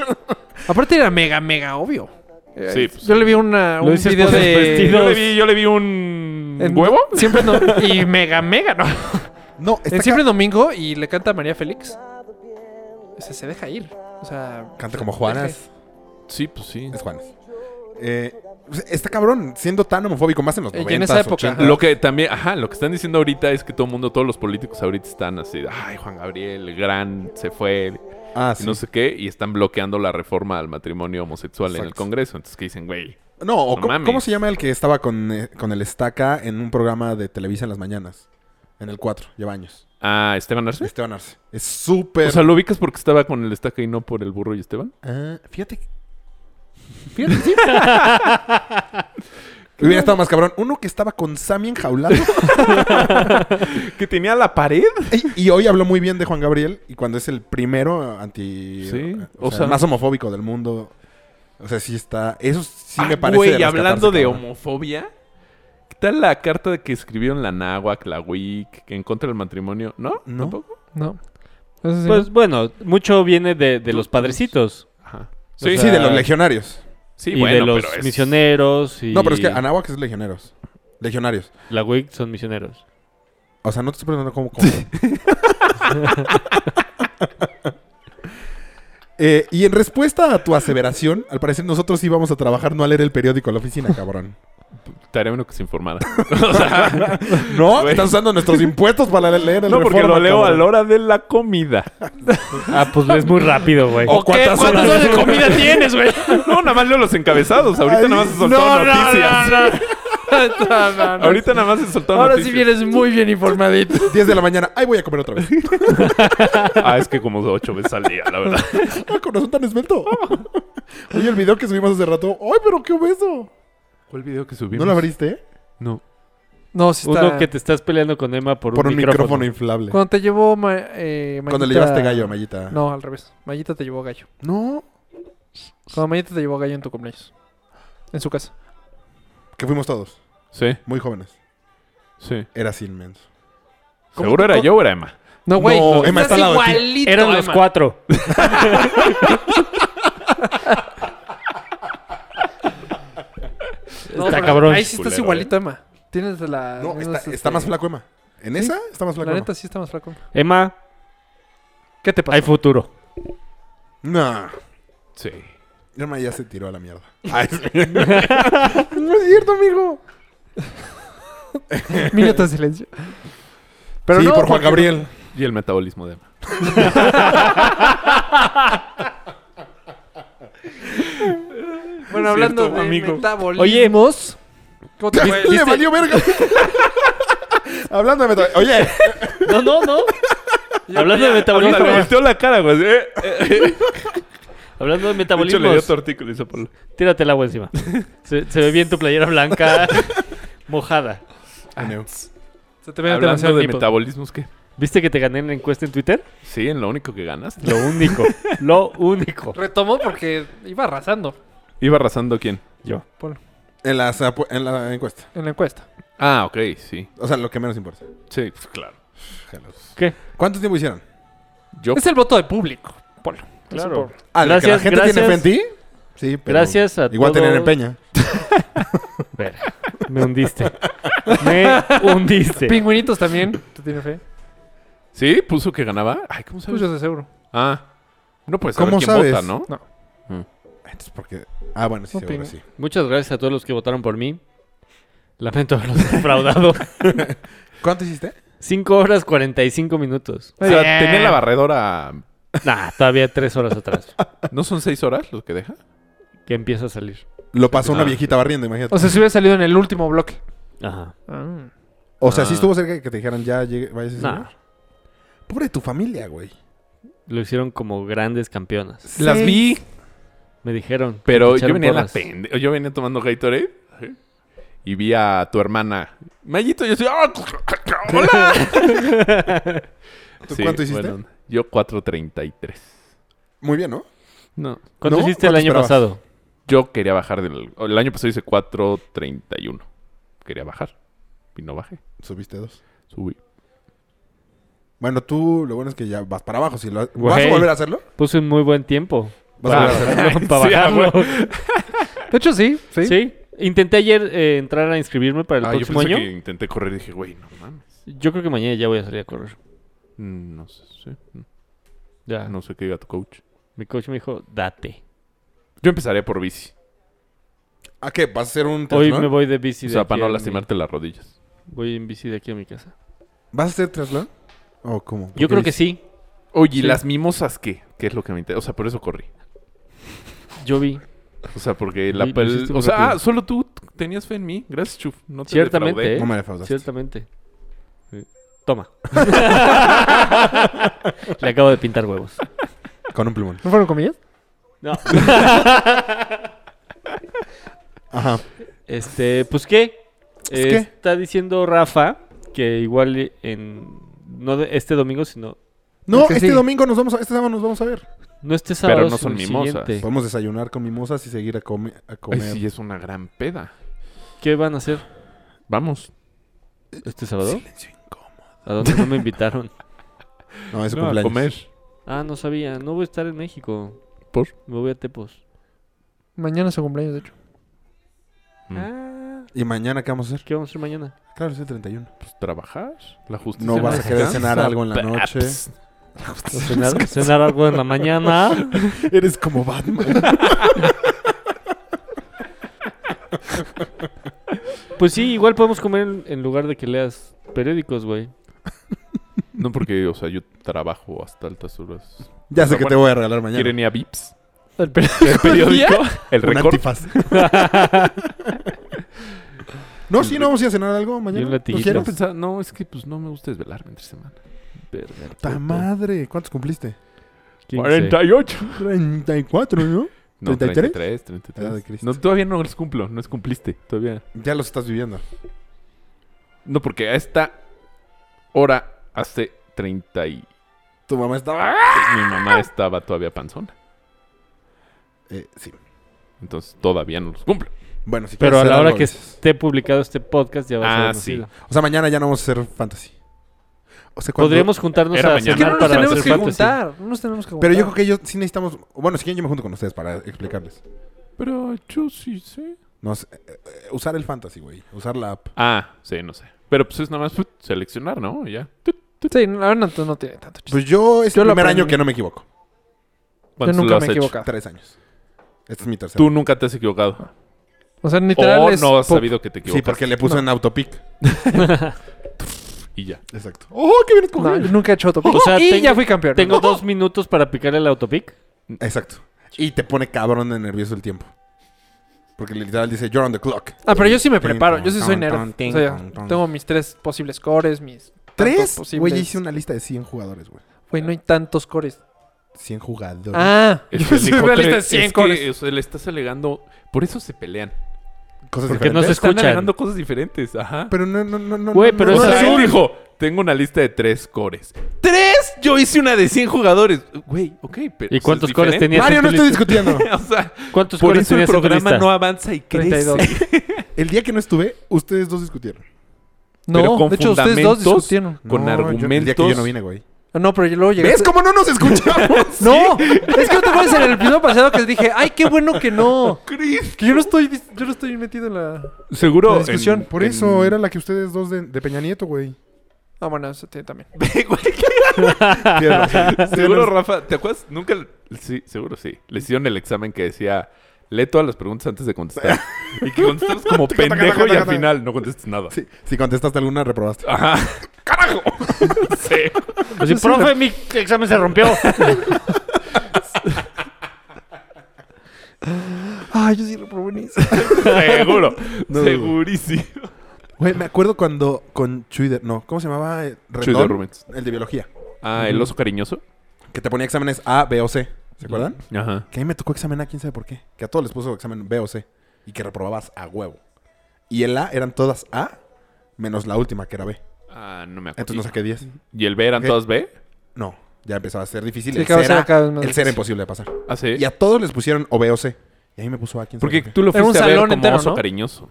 Aparte era mega, mega obvio. Eh,
Sí, pues,
Yo le vi una,
Lo
un
dices
video
por el
de...
vestido.
Yo le vi, yo le vi un...
en-
¿Huevo?
Siempre no, y mega, mega, ¿no?
No, está
En Eh, Siempre Domingo y le canta a María Félix. O sea, se deja ir. O sea...
ca- Canta como Juanas.
Sí, pues sí.
Es Juanas. Eh, pues, está cabrón, siendo tan homofóbico, más en los
Eh, y en
90
esa época, ajá.
Lo que también, ajá, lo que están diciendo ahorita es que todo el mundo, todos los políticos ahorita están así, ay, Juan Gabriel, el gran, se fue,
Ah,
y
sí.
no sé qué, y están bloqueando la reforma al matrimonio homosexual en el
Exacto.
Congreso. Entonces, que dicen, güey,
No, o
No
¿cómo,
mames.
cómo se llama el que estaba con, eh, con el Estaca en un programa de Televisa en las mañanas? En el 4, lleva años.
ah, Esteban Arce.
Esteban Arce. Es súper...
O sea, ¿lo ubicas porque estaba con el estaca y no por el burro y Esteban?
Ah, fíjate. que- Fíjate, sí. Hubiera estado más cabrón. Uno que estaba con Sammy enjaulado.
¿Que tenía la pared?
y, y hoy habló muy bien de Juan Gabriel. Y cuando es el primero anti.
Sí,
O,
o
sea,
sea-
más homofóbico del mundo. O sea, sí está. Eso sí me parece.
Ah, Güey,
de
hablando
rescatarse,
de
cabrón.
homofobia, ¿qué tal la carta de que escribieron la náhuatl, la WIC, que en contra del matrimonio? ¿No?
No.
¿Tampoco?
No. Eso sí.
Pues bueno, mucho viene de, de los padrecitos.
Ajá.
Sí, sí, de los legionarios.
Sí,
y
bueno,
de los
pero es-
misioneros. Y
No, pero es que Anáhuac es legioneros. Legionarios.
La WIC son misioneros.
O sea, no te estoy preguntando cómo. cómo. Eh, y en respuesta a tu aseveración, al parecer nosotros íbamos a trabajar no a leer el periódico a la oficina, cabrón.
Estaría bueno que se informara. o sea,
No,
Güey.
estás usando nuestros impuestos para leer el
no, porque
Reforma,
lo leo a
cabrón.
la hora de la comida.
Ah, pues es muy rápido, güey.
¿O cuántas horas?
de comida tienes, güey? No, nada más leo los encabezados. Ahorita nada más se soltó noticias.
No, no, no.
Ahorita nada más se soltó
Ahora sí
noticias.
vienes muy bien informadito.
10 de la mañana. Ay, voy a comer otra vez.
Ah, es que como ocho veces al día, la verdad.
Ah, con razón tan esbelto. Oye, el video que subimos hace rato. Ay, pero qué obeso.
¿Cuál video que subimos?
¿No lo abriste?
No.
No, sí está...
Uno que te estás peleando con Emma por,
Por
un, micrófono.
inflable.
Cuando te llevó Ma- eh,
Cuando le
Mayita-
llevaste gallo a Mayita.
No, al revés. Mayita te llevó gallo.
No,
Cuando Mayita te llevó gallo en tu cumpleaños. En su casa.
Que fuimos todos.
Sí,
Muy jóvenes.
sí.
Era así inmenso. ¿Cómo
Seguro
te-
era yo o era Emma.
No, güey.
No, Emma está al lado de ti.
igualito,
Eran los
Emma.
cuatro.
No,
Está
pero
cabrón.
Ahí sí estás
Culero,
igualito, Emma. Tienes la.
eh. No,
mismas,
está,
este,
está más flaco Emma. ¿En esa? Está más flaco
La
Emma.
neta sí está más flaco.
Emma,
¿Qué te
hay
pasa?
futuro.
No.
Sí.
Irma ya se tiró a la mierda.
Ay,
No es cierto, amigo. Minuto de silencio. Pero
sí,
no,
por Juan
porque-
Gabriel.
y el metabolismo de Emma.
Bueno,
Es
hablando
cierto,
de
amigo.
metabolismos. ¿cómo te fue?
Le valió verga. Hablando de meta- Oye,
No, no, no. hablando de
Ahorita
metabolismo.
le volteó la cara, güey. Eh, eh,
hablando de
De hecho, le dio
metabolismo.
tortícolis a Pablo.
Tírate el agua encima. Se, se ve bien tu playera blanca mojada.
Ah. Se te ve
Hablando
demasiado
de
tipo.
metabolismos, ¿qué?
¿Viste que te gané en la encuesta en Twitter?
Sí, en lo único que ganaste.
Lo único. lo único.
Retomo porque iba arrasando
¿Iba arrasando quién?
Yo.
en, las apu- en la encuesta.
en la encuesta.
Ah, ok, sí.
O sea, lo que menos importa.
Sí, pues, claro.
¿Qué?
¿Cuánto tiempo hicieron?
Yo,
Es el voto de público, Polo.
Claro.
Ah, ¿de que
Gracias,
la gente
gracias.
tiene fe en ti. Sí, pero
Gracias a
Igual
todos.
tener empeño.
Ver, me hundiste. Me hundiste.
Pingüinitos también. ¿Te tiene fe?
¿Sí? ¿Puso que ganaba? Ay, ¿cómo sabes?
Pues yo de seguro.
Ah. No puedes saber
¿Cómo
quién
sabes?
vota, ¿no?
Entonces, porque... Ah, bueno, sí,
No
seguro
opino.
sí.
Muchas gracias a todos los que votaron por mí. Lamento haberlos defraudado.
¿Cuánto hiciste?
5 horas 45 minutos.
O sea, tenía la barredora...
Nah, todavía 3 horas atrás.
¿No son seis horas lo que deja?
Que empieza a salir.
Lo pasó una
Ah,
viejita barriendo, imagínate.
O sea, si hubiera salido en el último bloque.
Ajá.
O sea, sí
Ah.
estuvo cerca de que te dijeran ya llegue, vayas a ese
Nah,
lugar. Pobre tu familia, güey.
lo hicieron como grandes campeonas.
Las
Seis.
vi,
Me dijeron.
pero
me
yo
echaron
venía, en la
porras.
pende- yo venía tomando Gatorade ¿sí? y vi a tu hermana. Mayito, yo soy... ¡Ah! ¡Hola!
¿Tú
Sí,
cuánto hiciste?
bueno, yo 4.33.
Muy bien, ¿no?
No.
¿Cuánto
¿No?
hiciste el
¿Cuánto
año
esperabas?
pasado?
Yo quería bajar del... El año pasado hice 4.31. Quería bajar. Y no bajé.
Subiste dos.
Subí.
Bueno, tú lo bueno es que ya vas para abajo. Si lo... ¿Vas a
Güey.
volver a hacerlo?
Puse un muy buen tiempo.
¿Vas a volver a
Ah.
hacerlo?
Para
Sí, ah,
bajarlo.
De hecho, sí. Sí.
¿Sí? Intenté ayer eh, entrar a inscribirme para el
Ah, yo
próximo
pensé
año.
que intenté correr y dije, güey, no mames.
Yo creo que mañana ya voy a salir a correr.
Mm, No sé, sí. Ah,
Ya.
no sé qué diga tu coach.
Mi coach me dijo, date.
Yo empezaría por bici.
¿A qué? ¿Vas a hacer un
Hoy
triatlón?
me voy de bici.
o
de
sea,
aquí
para no
a mi-
lastimarte las rodillas.
Voy en bici de aquí a mi casa.
¿Vas a hacer triatlón? ¿O cómo?
Yo creo que sí.
Oye, ¿y
Sí.
las mimosas qué? ¿Qué es lo que me interesa? O sea, por eso corrí.
Yo vi.
O sea, porque la...
Uy, lo
pel-
hiciste
O
muy
sea,
rápido.
ah, solo tú tenías fe en mí. Gracias, Chuf. No te
Ciertamente, ¿eh?
defraudé.
No me defraudaste.
Ciertamente. Sí. Toma. Le acabo de pintar huevos.
Con un plumón.
¿No fueron comillas?
No.
Ajá.
Este, pues qué.
Pues,
Eh,
¿qué?
Está diciendo Rafa que igual en. No de- este domingo, sino.
No,
que
este
sigue.
domingo nos vamos a... Este sábado nos vamos a ver.
No este sábado.
no son
sino el
mimosas.
siguiente.
Podemos desayunar con mimosas y seguir a, come- a
Ay,
comer.
sí, es una gran peda.
¿Qué van a hacer
Vamos.
este sábado? ¿A dónde no me invitaron?
No, pues, es su
No, a
cumpleaños.
comer.
Ah, no sabía. No voy a estar en México.
¿Por?
Me voy a Tepos.
Mañana es su cumpleaños, de hecho.
Mm.
Ah,
¿Y mañana qué vamos a hacer?
¿Qué vamos a hacer mañana?
Claro, es el 31.
Pues trabajar. La justicia.
No vas a querer
descansa.
cenar algo en la
Pa-
noche.
pss.
¿Cenar, cenar algo en la mañana?
Eres como Batman.
Pues sí, igual podemos comer en, en lugar de que leas periódicos, güey.
No, porque, o sea, yo trabajo hasta altas horas.
ya sé
Pero
que te
bueno,
voy a regalar mañana.
¿Quieren ir a Vips?
El per-
¿El periódico? ¿El
un
récord?
antifaz. no, sí, no vamos a ir a cenar algo mañana. Pues
Y un latiguito.
¿No
Yo
quieres?
pensaba, no, es que pues no me gusta desvelarme entre semana.
¡Ta madre! ¿Cuántos cumpliste?
48.
34, ¿no?
No,
33.
33,
Edad Ah, de
33.
Cristo.
No, todavía no los cumplo, no les cumpliste. Todavía.
Ya los estás viviendo.
No, porque a esta hora hace 30 y...
Tu mamá estaba...
Mi mamá estaba todavía panzona.
Eh, sí.
Entonces todavía no los cumplo.
Bueno, si quieres
Pero a
hacer
la hora
algo,
que
avisas.
esté publicado este podcast ya va a
Ah,
ser
sí.
conocido.
O sea, mañana ya no vamos a hacer fantasy. O sea, cuando-
Podríamos juntarnos
Era
a
mañana.
Es que no
cenar
nos
para
tenemos
hacer
que
fantasy.
juntar. No nos tenemos que juntar.
Pero yo creo que ellos sí necesitamos... Bueno, si quieren yo me junto con ustedes para explicarles.
Pero yo sí sé.
No sé, eh, eh, usar el fantasy, güey. Usar la app.
Ah, sí, no sé. Pero pues es nada más put, seleccionar, ¿no? Y Ya. Tut.
Sí, la verdad no, no tiene tanto chiste.
Pues yo es
Yo
el
lo
primer
aprendí.
año que no me equivoco.
yo
¿Cuántos
nunca
lo has
me he
hecho?
equivocado.
Tres años. Esta es mi tercera.
Tú nunca te has equivocado.
O sea, literal
O
es
Oh, no has
pop.
sabido que te equivocas.
Sí, porque le puso en autopic.
Y ya.
Exacto. ¡Oh, qué bien escogido!
No, yo nunca he hecho autopic.
O sea,
y
tengo-
ya fui campeón.
Tengo dos minutos para picarle el autopic.
Exacto. Y te pone cabrón de nervioso el tiempo. Porque literal dice, you're on the clock.
Ah, pero yo sí me
Tin,
preparo.
ton,
Yo sí soy
ton,
nerd.
ton, tin,
O sea,
ton, ton.
tengo mis tres posibles cores, mis... tantos
¿Tres?
posibles-
Güey, hice una lista de 100 jugadores, güey.
Güey, no hay tantos cores.
100 jugadores.
Ah,
Es
yo
que
soy
dijo
una
tres.
lista de 100
Es que,
cores.
o sea, le estás alegando. Por eso se pelean.
Cosas
Porque no se
diferentes.
Están
escuchan.
alegando cosas diferentes. Ajá.
Pero no, no, no, no.
Güey,
no,
pero
no,
O
es
no,
sea,
azul.
él dijo, tengo una lista de tres cores. ¡Tres! Yo hice una de 100 jugadores. Güey, ok, pero...
¿Y
eso
cuántos
es
cores
diferente.
tenías?
Mario,
en
no
tu
estoy
lista?
discutiendo.
o sea,
¿Cuántos
por
cores
eso el
tenías en tu
programa
lista?
no avanza y crece.
32.
El día que no estuve, ustedes dos discutieron.
Pero
No,
con
de hecho, ustedes dos
fundamentos.
discutieron.
Con
No, yo- El día
argumentos...
que yo no vine, güey.
Ah, No, pero yo luego llegué.
¿Ves cómo no nos escuchamos?
No, es que no te acuerdas en el episodio pasado que dije, ay, qué bueno que no.
Chris,
Que yo no estoy, dis- yo no estoy metido en la...
Seguro...
La discusión.
Por eso era la que ustedes dos de, de Peña Nieto, güey.
Ah, bueno, eso tiene también.
Tienes razón.
Seguro, Rafa, ¿te acuerdas? Nunca... le- Sí, seguro sí. Le hicieron el examen que decía... Lee todas las preguntas antes de contestar. y que contestas como pendejo y al final no contestes nada.
Sí, si contestaste alguna, reprobaste.
Ajá. ¡Carajo! sí.
Así, Pues profe, mi examen se rompió.
Ay, Ah, yo sí reprobé en eso.
Seguro.
No.
Segurísimo.
Güey, me acuerdo cuando con Chuy de... No, ¿cómo se llamaba? Eh,
Chuy de
Rendón,
Rubens.
El de biología.
Ah, el oso cariñoso.
Que te ponía exámenes A, B o C. ¿Se acuerdan?
Ajá.
Que a mí me tocó examen A, quién sabe por qué. Que a todos les puso examen B o C. Y que reprobabas a huevo. Y el A eran todas A, menos la última, que era B.
Ah, no me acuerdo.
Entonces no saqué 10.
¿Y el B eran
¿Qué?
todas B?
No, ya empezaba a ser difícil.
Sí,
el
cada
ser
vez era-
era,
cada vez más
el ser
difícil.
imposible de pasar.
Ah, sí.
Y a todos les pusieron o B o C. Y a mí me puso A, quién sabe
Porque
por qué.
tú lo
Era un
fuiste a ver
salón
como
entero,
oso
¿no?
cariñoso.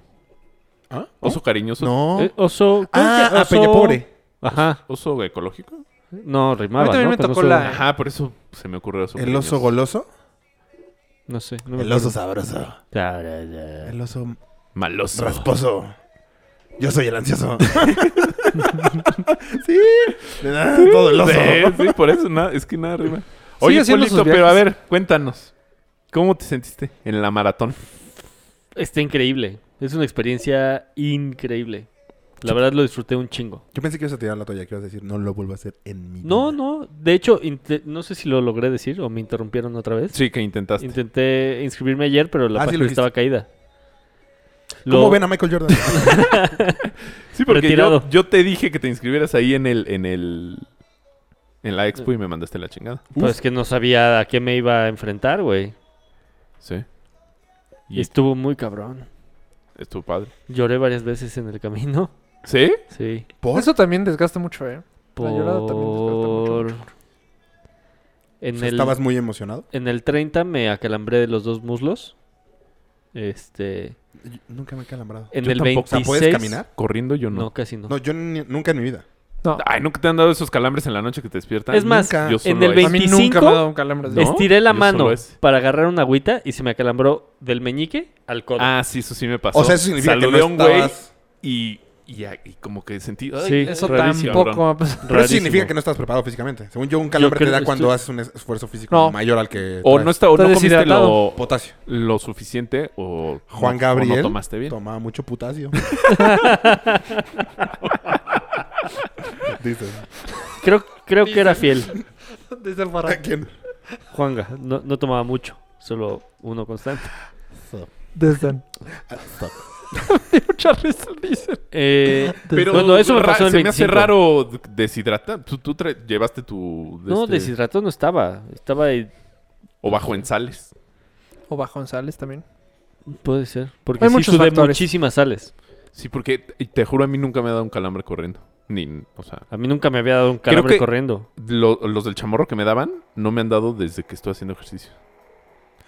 ¿Ah?
Oso cariñoso.
No.
Eh, Oso. ¿cómo
ah,
que
a
oso?
Peña Pobre.
Ajá.
¿Oso ecológico?
No,
A
rimaba.
mí también
¿no?
me
Con
tocó
oso-
la-
Ajá, por eso se me ocurrió oso
El oso goloso.
No sé. No me
El oso sabroso.
acuerdo.
El oso
Maloso.
rasposo. Yo soy el ansioso. sí. Le da todo el oso.
Sí, sí, por eso nada, es que nada rima. Oye,
haciendo
Polito,
sus
pero a
viajes.
ver, cuéntanos. ¿Cómo te sentiste en la maratón?
Está increíble. Es una experiencia increíble. La verdad lo disfruté un chingo.
Yo pensé que ibas a tirar la toalla, que ibas a decir, no lo vuelvo a hacer en mi
No,
vida.
no. De hecho, inte- no sé si lo logré decir o me interrumpieron otra vez.
Sí, que intentaste.
Intenté inscribirme ayer, pero la
Ah, sí,
página
lo
estaba caída.
¿Cómo
Lo-
ven a Michael Jordan?
sí, porque yo,
retirado.
yo te dije que te inscribieras ahí en el, en el. En la expo y me mandaste la chingada.
Pues es que no sabía a qué me iba a enfrentar, güey.
Sí.
Y
Y
estuvo muy cabrón.
estuvo padre.
Lloré varias veces en el camino.
¿Sí?
Sí.
¿Por?
Eso también desgasta mucho, ¿eh?
Por...
La llorada también desgasta mucho,
En,
O sea, Pues
el,
¿Estabas muy emocionado?
en el 30 me acalambré de los dos muslos. Este.
Yo nunca me he calambrado.
En
Yo
el
tampoco.
26.
O
sea, ¿puedes caminar?
Corriendo yo no.
No, casi Eh, no.
No, yo ni- nunca en mi vida.
Ay, ¿nunca te han dado esos calambres en la noche que te despiertan?
Es más,
Nunca. Yo solo
en el
ese.
A mí nunca
25,
me ha dado un calambre. así.
¿no?
Estiré la
Yo
mano
solo ese.
para agarrar una agüita y se me acalambró del meñique al codo.
Ah, sí, eso sí me pasó.
O sea, eso significa que
Saludé
no
a un güey
estabas...
y, y, ah, y como que sentí... ay,
Sí,
Eso
rarísimo.
tampoco me ha pasado.
Pero eso
Rarísimo.
significa que no estabas preparado físicamente. Según yo, un calambre te
creo-
da cuando
estoy-
haces un es- esfuerzo físico
No.
mayor al que
O
traes.
no, está, o
Estás
no comiste
deshidratado.
lo,
Potasio.
lo suficiente o
Juan
no-
Gabriel
o no tomaste bien.
Tomaba mucho potasio. Dice.
Creo, creo que era fiel.
Desde el
¿A
barato.
quién?
Juanga, no, no tomaba mucho, solo uno constante.
Desde el... Muchas veces dicen.
Eh,
Pero
no, no, eso me
ra-
pasó el
se me hace
25.
raro deshidratar. Tú, tú tra- llevaste tu...
no,
este,
deshidratado no estaba. Estaba ahí.
O bajo en sales.
O bajo en sales también.
Puede ser. Porque
Hay
sí
muchos
sudé
factores.
muchísimas sales.
Sí, porque te, te juro, a mí nunca me ha dado un calambre corriendo. Ni, o sea,
A mí nunca me había dado un
Creo
calambre
que-
corriendo.
lo- los del chamorro que me daban no me han dado desde que estoy haciendo ejercicio.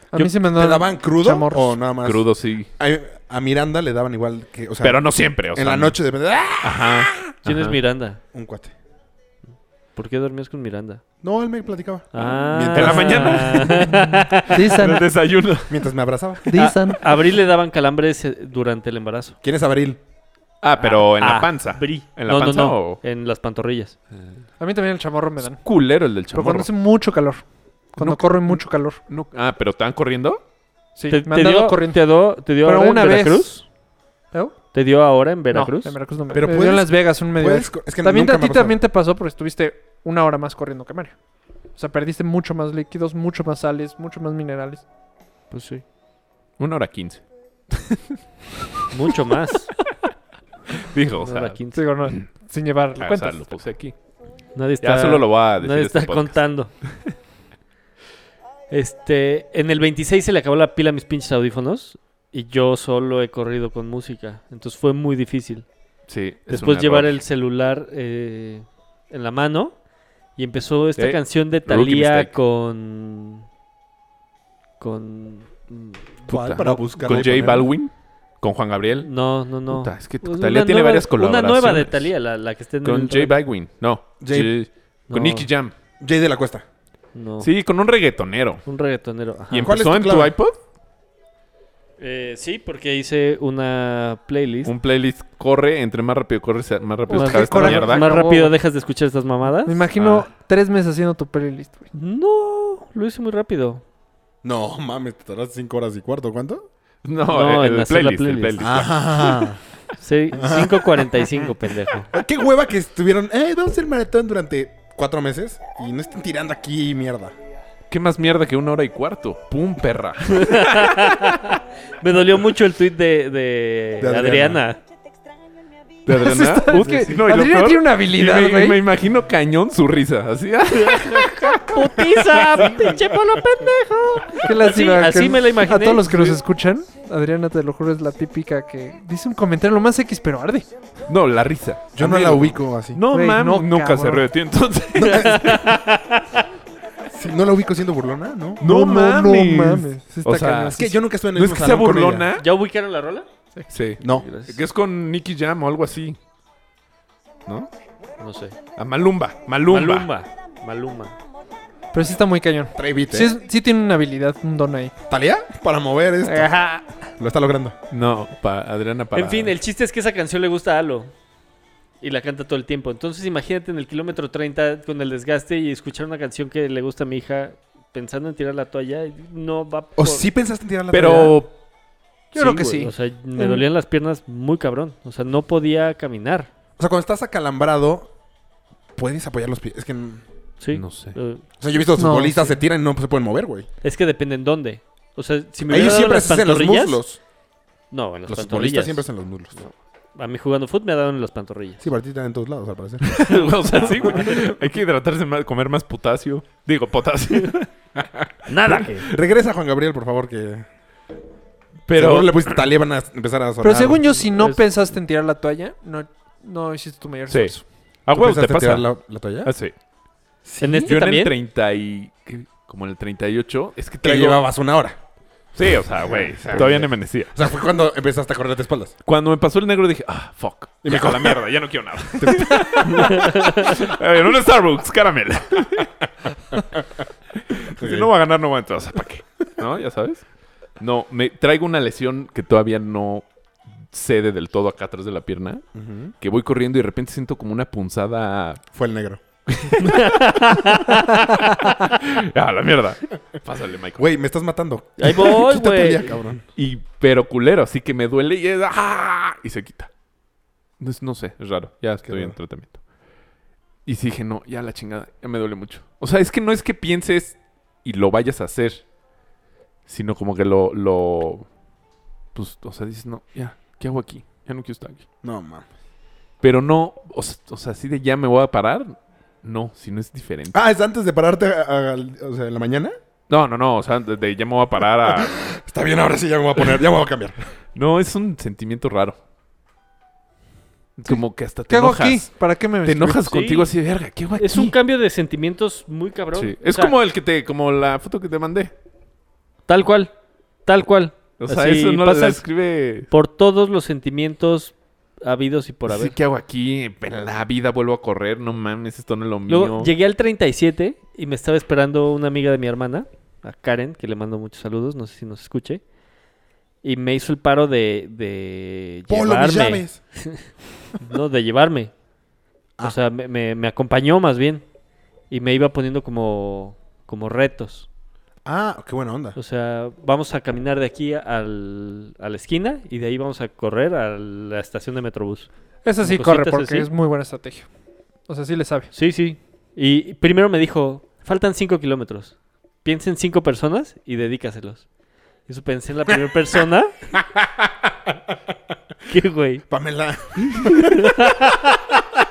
A
Yo-
mí se me han
¿Te
dado...
daban crudo
chamorros.
o nada más?
Crudo, sí.
A, a Miranda le daban igual que... O sea,
Pero no siempre, o
en
sea,
la noche de... ¡Ah!
Ajá.
¿Quién es
ajá.
Miranda?
Un cuate.
¿Por qué dormías con Miranda?
No, él me platicaba.
Ah.
Mientras-
En la mañana. En el
Dicen.
desayuno.
Mientras me abrazaba.
Dicen.
A Abril le daban calambres eh, durante el embarazo.
¿Quién es Abril?
Ah, pero en
Ah,
la panza.
Bri.
¿En la
No, no,
panza
no,
o...?
En las pantorrillas.
A mí también el chamorro me dan.
Es culero el del
Pero
chamorro.
cuando hace mucho calor. Cuando
No-
corro en mucho calor.
No- Ah, pero ¿te van corriendo?
Sí,
¿Te,
me
te
han dado
dio,
corriente.
te do- te dio
Pero
ahora
una
en
vez.
Veracruz?
¿No?
¿Te dio ahora en Veracruz?
No, en Veracruz no me,
Pero
me dio
puedes-
en Las Vegas un medio.
Puedes co- Pues, Es que
También
nunca
a
me
ti
ha pasado.
también te pasó porque estuviste una hora más corriendo que Mario. O sea, perdiste mucho más líquidos, mucho más sales, mucho más minerales.
Pues sí.
Una hora quince.
Mucho más.
Dijo, o
Una
sea,
hora quince.
Digo, no, sin llevar
ah, o sea,
cuentas.
lo puse aquí.
Nadie
Ya
está,
solo lo voy a decir.
nadie
este
está
podcast.
contando. Este, en el 26 se le acabó la pila a mis pinches audífonos y yo solo he corrido con música. Entonces fue muy difícil.
Sí, es un
Después
error.
llevar el celular eh, en la mano y empezó esta
Eh,
canción de
rookie
Thalía
mistake.
con... Con... mm,
¿Cuál?
Puta.
Para buscarla
Con
y
J
ponerla.
Balwin, con Juan Gabriel.
No, no, no.
Puta, es que
Pues
Talía
una
tiene
nueva-
varias
Una
colaboraciones.
nueva de Talía, la, la que esté en
Con
el
J Balwin, no.
J-
J- Con
No,
Nicky Jam.
Jay de la Cuesta.
no.
Sí, con un reggaetonero.
Un reggaetonero. ajá.
¿Y
¿Cuál es
empezó
tu
en tu
clave?
iPod?
Eh, sí, porque hice una playlist.
Un playlist corre, entre más rápido corres, más rápido
Más
está esta
corre-
mierda.
Más
Acabó,
rápido
güey.
dejas de escuchar estas mamadas.
Me imagino
Ah.
tres meses haciendo tu playlist, güey.
No, lo hice muy rápido.
No, mames, te tardaste 5 horas y cuarto. ¿Cuánto?
No,
No,
el,
en
el
hacer la
playlist, el
playlist.
playlist.
Ah.
Sí, 5.45, pendejo.
Qué hueva que estuvieron. Eh, vamos a hacer maratón durante 4 meses y no estén tirando aquí mierda.
¿Qué más mierda que una hora y cuarto? ¡Pum, perra!
Me dolió mucho el tweet de, de
De Adriana.
Adriana.
¿De Adriana?
Es que
Sí, no, y lo
Adriana
peor-
tiene una
y
habilidad,
me, me
güey.
imagino cañón su risa. Así, ah,
¡Putiza! ¡Pinche polo pendejo!
Qué lástima
así-
que
así me la imaginé.
A todos los que nos escuchan, Adriana, te lo juro, es la típica que dice un comentario lo más X, pero arde.
No, la risa.
Yo no la ubico así.
No,
Güey,
mam,
no,
nunca se
cabrón.
rió de ti entonces.
Sí, no la ubico siendo burlona, ¿no?
No, mames.
No mames. Sí está
O sea,
cañón.
Es que yo nunca estuve en el
No es
mismo
que sea
salón con ella.
burlona.
¿Ya ubicaron la rola?
Sí.
No.
pues.
Que es con Nicky Jam o algo así. ¿No?
No sé.
A Malumba. Malumba.
Malumba. Maluma.
Pero sí está muy cañón.
Trevite.
Sí, es- sí tiene una habilidad, un don ahí.
¿Talía? Para mover esto. Lo está logrando.
No, pa- Adriana para.
En fin, el chiste es que esa canción le gusta a Alo. Y la canta todo el tiempo. Entonces imagínate en el kilómetro 30 con el desgaste y escuchar una canción que le gusta a mi hija pensando en tirar la toalla. y No va
¿O
por-
sí pensaste en tirar la tarea?
Pero.
Yo creo que
güey,
sí.
O sea, me dolían las piernas muy cabrón. O sea, no podía caminar.
O sea, cuando estás acalambrado, puedes apoyar los pies. Es que. O
Sí.
No sé.
Eh,
sea, yo he visto
No,
futbolistas
sí.
se tiran y no se pueden mover, güey.
es que depende en dónde. O sea, si me
Ellos
hubiera dado
siempre
las
se hacen los
pantorrillas.
muslos.
No, en las
Los
pantorrillas.
futbolistas siempre hacen los muslos.
A mí jugando fútbol me ha dado en las pantorrillas.
Sí, para ti están en todos lados, al parecer.
o sea, sí, güey. Hay que hidratarse más, comer más potasio. Digo, potasio.
Nada. que-
Regresa Juan Gabriel, por favor, que.
Pero.
Seguro le pusiste talía, van a empezar a sonar.
Pero según yo, si no
Es-
pensaste en tirar la toalla, no, no hiciste tu mayor
Sí.
esfuerzo.
A huevo Ah, te
¿Pensaste en
pasa.
tirar la, la toalla?
Ah, sí.
En este
Yo en el
también.
30 y... ¿qué? Como en el 38. Es que
Que
traigo...
llevabas una hora.
Sí, o sea, güey. todavía no amanecía.
O sea, fue cuando empezaste a correr de espaldas.
Cuando me pasó el negro dije, ah, fuck. Y me la mierda, ya no quiero nada. en un Starbucks, caramel. si no va a ganar, no va a entrar. O sea, ¿para qué? ¿No? Ya sabes. No, me traigo una lesión que todavía no cede del todo acá atrás de la pierna.
Ujú.
Que voy corriendo y de repente siento como una punzada
Fue el negro.
a Ah, la mierda. Pásale, Michael.
Güey, me estás matando.
Ahí voy,
Quítate
güey.
ya, cabrón.
Y, pero culero, así que me duele y es, ¡ah! Y se quita. No, es- no sé, es raro. Ya estoy en
raro.
tratamiento. Y sí dije, no, ya la chingada, ya me duele mucho. O sea, es que no es que pienses y lo vayas a hacer, sino como que lo. lo pues, o sea, dices, no, ya, ¿qué hago aquí? Ya no quiero estar aquí.
No, mames.
Pero no, o, s- o sea, así de ya me voy a parar, no, si no es diferente.
Ah, es antes de pararte a- a- al- o sea, en la mañana.
No, no, no, o sea, de, de ya me voy a parar a.
Está bien, ahora sí ya me voy a poner, ya me voy a cambiar.
No, es un sentimiento raro. Como que hasta te
¿Qué hago
enojas.
aquí? ¿Para qué me
Te
vestí?
enojas
Sí.
contigo así de verga, qué guay.
Es un cambio de sentimientos muy cabrón. O
Es
sea,
como el que te, como la foto que te mandé.
Tal cual. Tal cual.
O sea,
Así
eso no lo
pasas
describe.
Por todos los sentimientos habidos y por
Por
haber.
sí, ¿qué hago aquí? En la vida vuelvo a correr, no mames, esto no es lo mío.
Luego llegué al 37 y me estaba esperando una amiga de mi hermana, a Karen, que le mando muchos saludos, no sé si nos escuche. Y me hizo el paro de, de
Polo, mis
llevarme.
llaves.
No, de llevarme.
Ah.
O sea, me, me- me acompañó más bien. Y me iba poniendo como, como retos.
Ah, qué buena onda.
O sea, vamos a caminar de aquí al, a la esquina y de ahí vamos a correr a la estación de Metrobús.
Eso sí
Cositas
corre porque
así.
es muy buena estrategia. O sea, sí le sabe.
Sí, sí. Y primero me dijo, faltan 5 kilómetros. Piensa en 5 personas y dedícaselos. Eso pensé en la primera persona. ¿Qué, güey?
Pamela.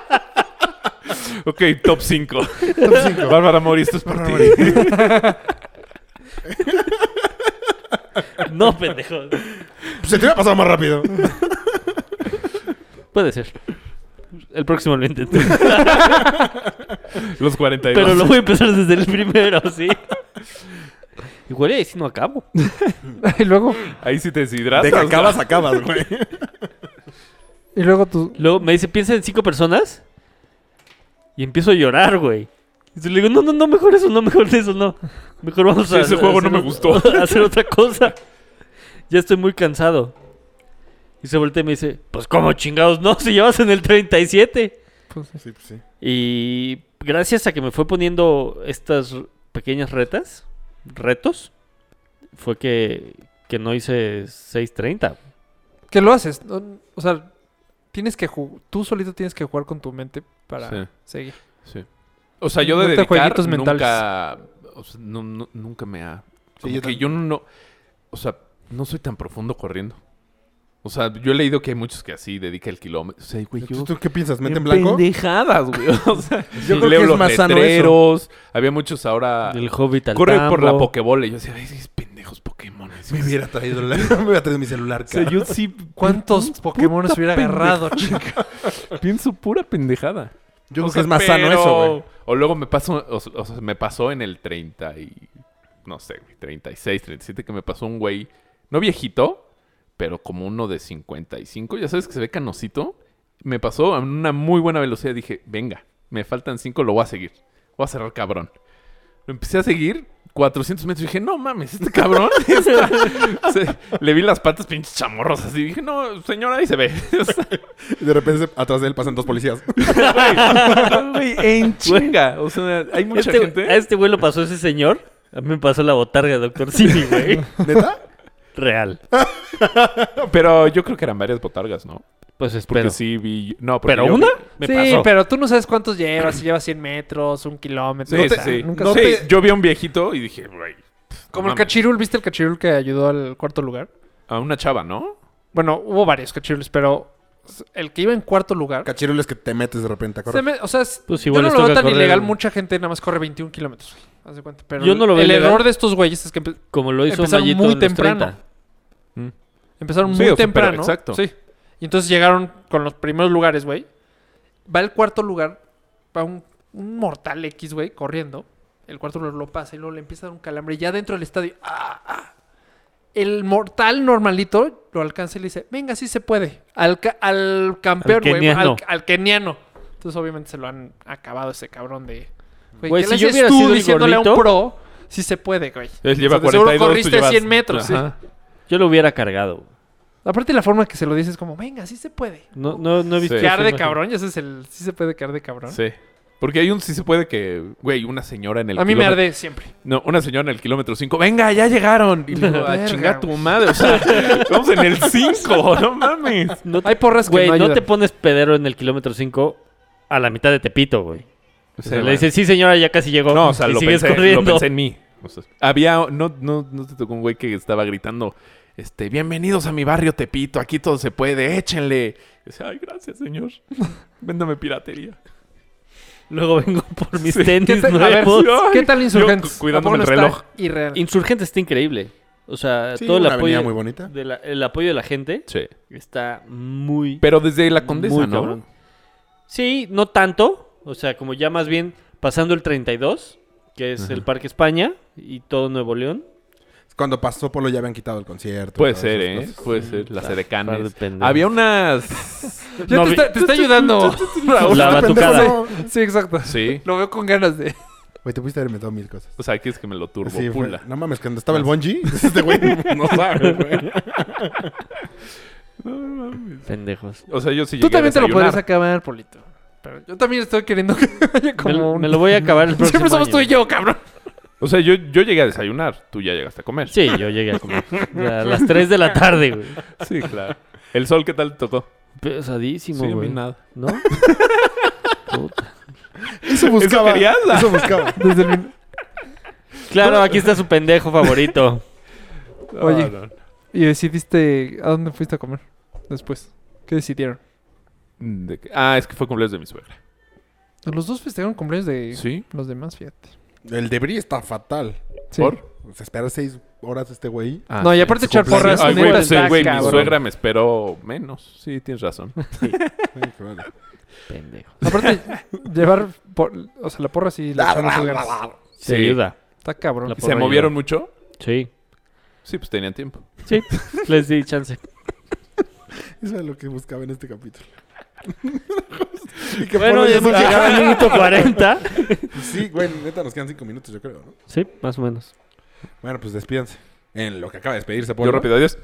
Ok, top 5.
Top cinco.
Bárbara Mori, esto es para ti.
No, pendejo.
Se te iba a pasar más rápido.
Puede ser. El próximo lo intento.
Los 42.
Pero lo voy a empezar desde el primero, ¿sí? Igual y ahí sí no acabo.
Mm.
y luego,
Ahí sí te deshidratas.
De que acabas,
¿no?
acabas, güey.
y luego tú.
Luego me dice, piensa en cinco personas. Y empiezo a llorar, güey. Y yo le digo, no, no, no, mejor eso, no, mejor eso, no. Mejor vamos
Sí,
a.
ese
a
juego
hacer
no me
o-
gustó.
a hacer otra cosa. Ya estoy muy cansado. Y se voltea y me dice, pues como chingados, no, si llevas en el 37.
Sí, pues sí.
Y gracias a que me fue poniendo estas r- pequeñas retas, retos, fue que, que no hice 6.30.
¿Qué lo haces? No- O sea, tienes que ju- tú solito tienes que jugar con tu mente para
Sí.
seguir.
Sí. O sea, yo de
Ponte
dedicar
jueguitos mentales.
nunca... o sea, no- no- nunca me ha... Como
yo
que yo no... O sea, no soy tan profundo corriendo. O sea, yo he leído que hay muchos que así dedica el kilómetro. O sea, güey, yo...
¿Tú, tú qué piensas? ¿Mente en blanco?
Pendejadas, güey. O sea,
Yo creo
leo
que es
los
más sano
letreros. Había muchos ahora...
Ah, El hobbit al
Corre por la
tambo.
Pokébola. Y yo decía, ay, esos pendejos Pokémon.
Me hubiera traído, la- me hubiera traído mi celular,
O sea,
cara.
yo sí
¿Cuántos Pokémon
puta
hubiera agarrado, chica?
pienso pura pendejada.
Yo creo
O
que
sea,
es más sano
pero-
eso, güey.
O luego me pasó, o, o sea, me pasó en el 30 y no sé, güey, 36, 37 que me pasó un güey, no viejito, pero como uno de 55, ya sabes que se ve canosito, me pasó a una muy buena velocidad, dije, "Venga, me faltan 5, lo voy a seguir. Voy a cerrar cabrón." Lo empecé a seguir 400 metros y dije, no mames, este cabrón. está- se- le vi las patas pinches chamorros así. Dije, no, señora, ahí se ve. O sea,
Y de repente atrás de él pasan dos policías.
Ah, Güey, en chinga. O sea, hay mucha
Este- A
gente.
este güey lo pasó ese señor. A mí me pasó la botarga de Doctor Simi, güey.
¿Neta?
Real.
Pero yo creo que eran varias botargas, ¿no?
Pues
Porque
espero.
sí vi. No, porque
¿Pero
yo-
una? Me
Sí,
pasó.
pero tú no sabes cuántos llevas, si llevas 100 metros, un kilómetro.
Sí,
o
sí,
sea,
sí.
nunca
No
Sí,
te-
Yo vi a un viejito y dije, güey. pff,
Como el
no mames.
cachirul, ¿viste el cachirul que ayudó al cuarto lugar?
A una chava, ¿no?
Bueno, hubo varios cachirules, pero el que iba en cuarto lugar.
Cachirules que te metes de repente a
se
correr.
me- o sea, es-
Pues
yo
igual
no
les
lo veo
toca
tan
correr.
ilegal. Mucha gente nada más corre 21 kilómetros. güey. Haz de cuenta. Pero
Yo no lo veo
El
ilegal.
error de estos güeyes es que empe-
Como lo hizo
Empezaron
Mayito
muy
en los
temprano.
30.
empezaron
Sí,
muy
o sea, pero
temprano.
exacto.
Sí. Y entonces llegaron con los primeros lugares, güey. Va el cuarto lugar, va un, un mortal X, güey, corriendo. El cuarto lugar lo pasa y luego le empieza a dar un calambre. Ya dentro del estadio. ¡ah, ah! El mortal normalito lo alcanza y le dice: Venga, sí se puede. Al, ca- al campeón, güey.
keniano.
Al, al keniano. Entonces, obviamente, se lo han acabado ese cabrón de.
Güey,
Güey, ¿qué
si
le
yo
haces
hubiera
tú
sido el
diciéndole a un
gordito-
pro? Sí se puede, güey.
Él lleva
O sea, Pues de seguro
42. tú
corriste
llevas-
100 metros, sí.
Ajá.
Yo lo hubiera cargado.
Aparte, la forma que se lo dices es como: Venga, sí se puede.
No, no, no he visto.
Sí.
esa
Quedar de
imagen.
cabrón, ya ese es el. Sí se puede quedar de cabrón.
Sí. Porque hay un sí se puede que, güey, una señora en el
A mí me
kilómetro-
arde siempre.
No, una señora en el kilómetro 5. Venga, ya llegaron. Y le digo, a
Verga,
chingar tu
güey.
madre. O sea, vamos en el 5. No mames.
No
Hay porras que
Güey,
no
no,
ayudan.
te pones pedero en el kilómetro 5 a la mitad de Tepito, güey.
O
O
sea,
sea,
bueno.
le dices, sí, señora, ya casi llegó.
No, o sea,
y
lo
sigues
pensé,
corriendo.
lo pensé en mí. O sea, había, no, no, no te tocó un güey que estaba gritando, este, bienvenidos a mi barrio Tepito, aquí todo se puede, échenle. Y decía, ay, gracias, señor. Véndame piratería.
Luego vengo por mis
Sí.
tenis
¿Qué te- a ver, oh.
nuevos.
Ay,
¿Qué tal
yo
Insurgentes?
cu- cuidándome
¿A
el
poco no
reloj.
está irreal?
Insurgente está increíble. O sea,
Sí,
todo el
una avenida
apoyo,
muy bonita.
de la- el apoyo de la gente
Sí.
está muy...
Pero desde la condesa,
muy
¿no?
cabrón. Sí, no tanto. O sea, como ya más bien pasando el 32, que es el Parque España y todo Nuevo León.
Cuando pasó Polo ya habían quitado el concierto.
Puede
todas
ser,
esas
¿eh?
cosas.
Puede ser. Las
par de
edecanes.
pendejos.
Había unas...
Ya
No,
te,
vi-
está, te está ayudando. Raúl.
La
Este pendejo
batucada.
no.
Sí, exacto.
Sí.
Lo veo con ganas de.
Güey, te pudiste haber metido mil cosas.
O sea, aquí es que me lo turbo.
Sí, fue-
pula. Ah,
no mames, cuando estaba el bungee, este güey no sabe, güey.
Pendejos.
O sea, yo sí
Tú
llegué a
también te lo podrías
desayunar.
acabar, Polito. Pero yo también estoy queriendo que vaya
Me,
como.
lo-
un-
me lo voy a acabar el próximo
Siempre somos
año.
tú y yo, cabrón.
O sea, yo, yo llegué a desayunar, tú ya llegaste a comer.
Sí, yo llegué a comer. A las 3 de la tarde, güey.
Sí, claro. ¿El sol qué tal te tocó?
Pesadísimo,
a mí
güey.
nada.
¿No? Puta.
Eso
Ah,
buscaba.
querías?
eso buscaba.
Desde el min-
Claro, aquí está su pendejo favorito.
Oye.
No, no.
Y decidiste a dónde fuiste a comer después. ¿Qué decidieron?
¿De qué? Ah, es que fue cumpleaños de mi suegra.
Los dos festejaron cumpleaños de
¿Sí?
los demás, fíjate.
El debris está fatal.
Sí.
¿Por?
Se espera pues, seis horas este güey.
Ah,
no, y
sí.
aparte
su
echar
cumpleaños.
porras.
Ay, güey,
neta,
pues, sí,
está
güey, mi
cabrón.
suegra me esperó menos. Sí, tienes razón.
Sí, que vale.
Pendejo.
Aparte, llevar... por- o sea, la porra sí la echaron a sus ganas.
Se
Sí.
ayuda.
Está cabrón.
La
¿Se movieron mucho?
Sí.
Sí, pues tenían tiempo.
Sí. Les di chance.
Eso es lo que buscaba en este capítulo. y que fueron
Bueno, ya
ya
hemos
no
llegado al minuto 40.
Pues Sí, güey, neta, nos quedan cinco minutos, yo creo, ¿no?
Sí, más o menos.
Bueno, pues despídanse. En lo que acaba de despedirse, por
Yo rápido, adiós.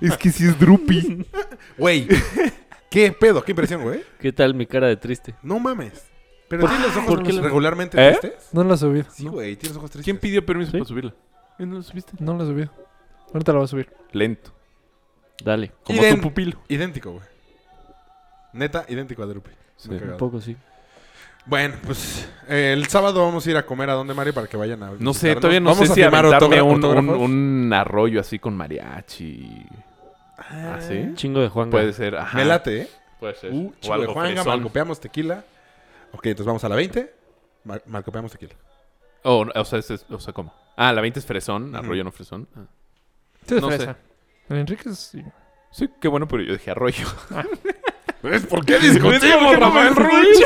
Es que sí es droopy. Güey, qué pedo, qué impresión, güey.
¿Qué tal mi cara de triste?
No mames. Pero tienes los ojos
¿por qué
los-
lo-
regularmente
¿Eh?
tristes.
No la he subido.
Sí, güey, tienes los ojos tristes.
¿Quién pidió permiso
¿Sí?
para subirla? ¿Eh, ¿No lo subiste?
No la he subido. Ahorita la voy a subir.
Lento.
Dale.
Como
Ident-
tu pupilo.
Idéntico, güey. Neta, idéntico a Drupi.
Sí.
Me he
Un
cagado.
poco, sí.
Bueno, pues eh, el sábado vamos a ir a comer a donde Mario para que vayan a.
No sé,
visitarnos.
todavía no
Vamos
sé
a
si
firmar
aventarme
autógra-
un, un,
autógrafos.
un arroyo así con mariachi. Ah, ¿sí?
Chingo de Juan.
Puede ser. Ajá.
Me late, ¿eh?
Puede ser.
Uh,
o
chico de
algo
Juanga,
fresón.
malcopeamos tequila. Ok, entonces vamos a la 20. Mal- Malcopeamos tequila.
Oh, no, o, sea, ese es- o sea, ¿cómo? Ah, la 20 es fresón, arroyo no fresón. Ah.
Sí, de
No
fresa. El Enrique es... sí.
Sí, qué bueno, pero yo dije arroyo.
¿Por qué
¿Por qué no me Ruiz?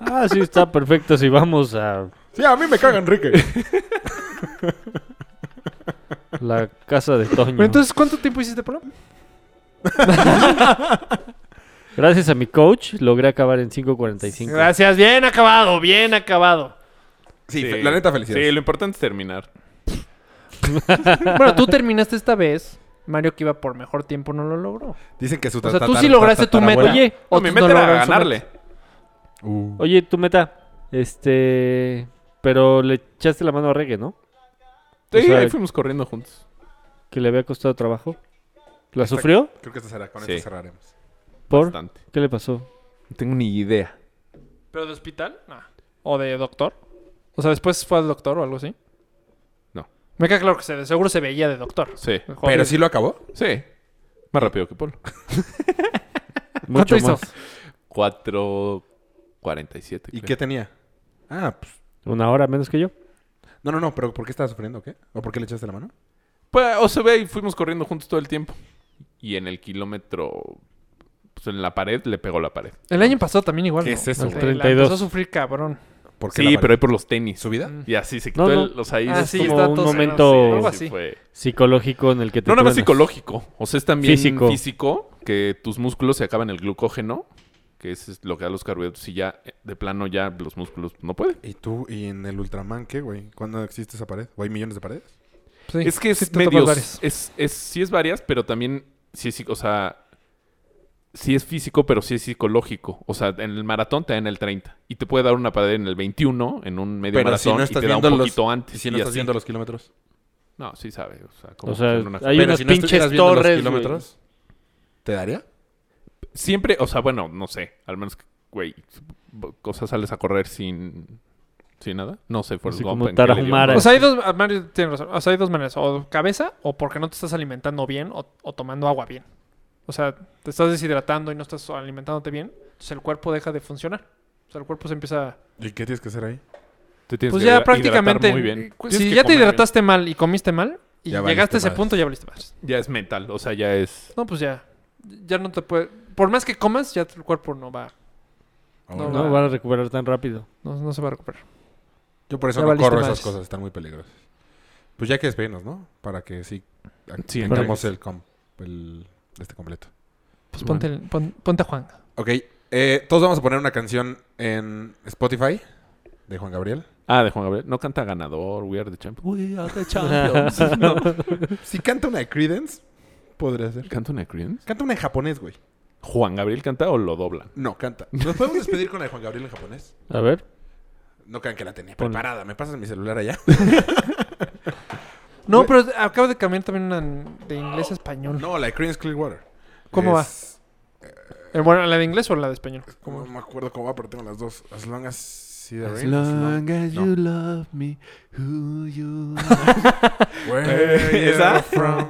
Ah, sí, está perfecto. Si vamos a
Sí, a mí me caga Enrique.
la casa de Toño.
Bueno, entonces, ¿cuánto tiempo hiciste por
Gracias a mi coach, logré acabar en 5.45.
Gracias. Bien acabado, bien acabado.
Sí, fe- la neta, felicidades.
Sí, lo importante es terminar.
Bueno, tú terminaste esta vez. Mario, que iba por mejor tiempo, no lo logró.
Dicen que su
O sea, tú
tatar-
sí lograste tu meta.
tatarabuela-
Oye,
No,
O
mi
tú no
meta era
lograron su
ganarle.
Uh.
Oye, tu meta. Este. Pero le echaste la mano a Reggae, ¿no?
Sí,
O sea,
ahí fuimos corriendo juntos.
Que le había costado trabajo. ¿La sufrió?
Creo que esta será, con
Sí.
esto cerraremos.
¿Por?
Bastante.
¿Qué le pasó?
No tengo ni idea.
¿Pero de hospital? ¿O de doctor? O sea, después fue al doctor o algo así.
No.
Me queda claro que se, de seguro se veía de doctor.
Sí.
Pero sí lo acabó.
Sí. Más rápido que Polo.
¿Cuánto
Mucho
hizo?
más.
4.47.
¿Y
creo.
qué tenía? Ah, pues.
Una hora menos que yo.
No, no, no, pero ¿por qué estaba sufriendo o qué? ¿O por qué le echaste la mano?
Pues, o se ve y fuimos corriendo juntos todo el tiempo. Y en el kilómetro... Pues en la pared le pegó la pared.
El año pasado también igual.
¿Qué
¿no?
es eso,
La-
güey?
la
32.
empezó a sufrir cabrón.
¿Por qué
Sí,
la-
pero ahí por los tenis.
¿Su vida?
Y así se
No,
quitó
no.
el- los ahí.
Ah,
es
sí,
como-
está
un
todo sereno,
momento-
sí, algo
sí,
así.
fue-
Psicológico en el que te.
No, nada más
truenas.
psicológico. O sea, es también
Físico.
físico. que tus músculos se acaban el glucógeno, que es lo que da los carbohidratos. Y ya, eh, de plano, ya los músculos no pueden.
¿Y tú? ¿Y en el Ultraman qué, güey? ¿Cuándo existe esa pared? ¿O hay millones de paredes?
Sí.
Es que es
Sí te topas
medios.
varias.
Es, es, sí es varias, pero también sí es, psico- o sea, sí es físico, pero sí es psicológico. O sea, en el maratón te da en el 30. Y te puede dar una pared en el 21, en un medio
Pero si
maratón,
no
y
estás
te da un
viendo los-
poquito antes.
¿Y si no
y
estás
así.
viendo los kilómetros?
No, sí sabe. O sea, como
O sea,
hacer una-
hay
Pero
unas
si no estuvieras
pinches
viendo los
torres. güey.
kilómetros, ¿Te daría?
Siempre, o sea, bueno, no sé. Al menos, que, güey, cosas sales a correr sin, sin nada. No sé, Forrest
Así
Gump,
como
¿en qué le dio?
Tarahumara.
O sea, hay dos, ah, Mario tiene razón. O sea, hay dos maneras. O cabeza, o porque no te estás alimentando bien, o, o tomando agua bien. O sea, te estás deshidratando y no estás alimentándote bien. Entonces el cuerpo deja de funcionar. O sea, el cuerpo se empieza... a-
¿Y qué tienes que hacer ahí?
Te tienes
Pues
que
ya
hidratar
prácticamente...
muy bien.
cu-
Tienes
Si
que
ya te
comer bien.
hidrataste mal y comiste mal, y
Ya valiste
llegaste a ese
madres.
punto, ya valiste más.
Ya es mental, o sea, ya es...
No, pues ya. Ya no te puede... Por más que comas, ya el cuerpo no va... No,
No
va-
van a recuperar tan rápido.
no, no se va a recuperar.
Yo por eso
Ya
no
valiste
corro esas
madres.
cosas, están muy peligrosas. Pues ya hay que despedirnos, ¿no? Para que sí, a-
Sí,
tengamos el, com- el- este completo.
Pues ponte, el- pon- ponte a Juan.
Ok, eh, todos vamos a poner una canción en Spotify de Juan Gabriel.
Ah, de Juan Gabriel. No canta ganador, We Are the Champions. We Are the Champions. no.
Si canta una de Credence, podría ser.
¿Canta una Creedence?
Canta una en japonés, güey.
¿Juan Gabriel canta o lo doblan?
No, canta. ¿Nos podemos despedir con la de Juan Gabriel en japonés?
A ver.
No crean que la tenía preparada. ¿Me pasas mi celular allá?
No, pero acabo de cambiar también una de inglés a español.
No, la de Creedence Clearwater.
¿Cómo
Es-
Eh, Bueno, ¿la de inglés o la de español?
Como, no me acuerdo cómo va, pero tengo las dos. As long as see the
As
rain, as
long
long-
as
No.
you love me, who you
Where
¿Esa?
you're from.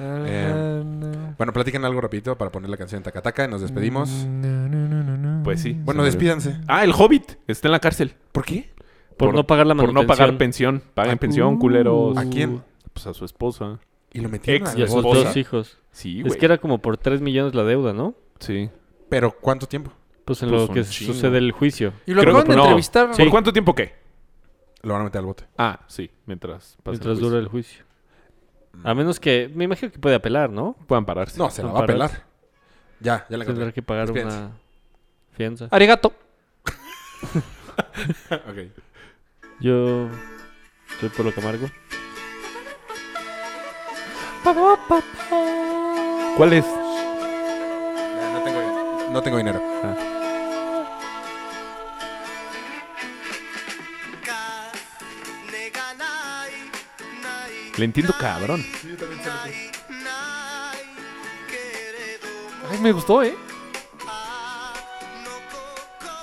eh,
Ah, no.
Bueno, platiquen algo rapidito para poner la canción Takataka y nos despedimos.
No, no, no, no, no.
Pues sí.
Bueno, despídanse.
Ah, el Hobbit. Está en la cárcel.
¿Por qué?
Por, no pagar Ah, uh, la
Por
manutención.
no pagar pensión. Paguen pensión, culeros.
¿A quién?
Pues a su esposa.
Y lo metieron
Ex
a
Y
la
a sus
bolsa.
dos hijos.
Sí,
Es
güey.
que era como por 3 millones la deuda, ¿no?
Sí.
Pero ¿cuánto tiempo?
Pues en
Pues
lo
un
que
chingo.
sucede el juicio.
Y lo
Creo
acaban
que
de
no.
entrevistar.
¿Por cuánto tiempo qué?
Lo van a meter al bote.
Ah, sí. Mientras pasa el
mientras
juicio. Mm.
dura el juicio. A menos que... Me imagino que puede apelar, ¿no?
Puedan pararse.
No, se la
No,
va a
para-
pelar. Ya, ya la
Tendrá
encontré.
que pagar
Espérense.
una fianza.
Arigato.
Ok.
Yo soy Polo Camargo.
¿Cuál es?
No, no tengo, no tengo dinero.
Le entiendo cabrón.
Ay, me gustó, ¿eh?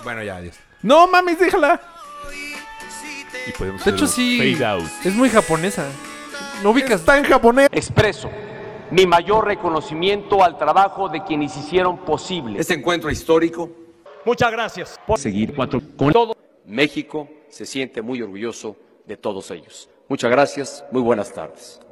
Bueno, ya, adiós.
No mames, déjala. Y podemos
De
hacer
hecho,
un
sí.
Fade out.
Es muy japonesa. No ubicas.
Está en japonés.
Expreso mi mayor reconocimiento al trabajo de quienes hicieron posible
Este encuentro histórico
Muchas gracias.
seguir cuatro con todo. México se siente muy orgulloso de todos ellos. Muchas gracias, muy buenas tardes.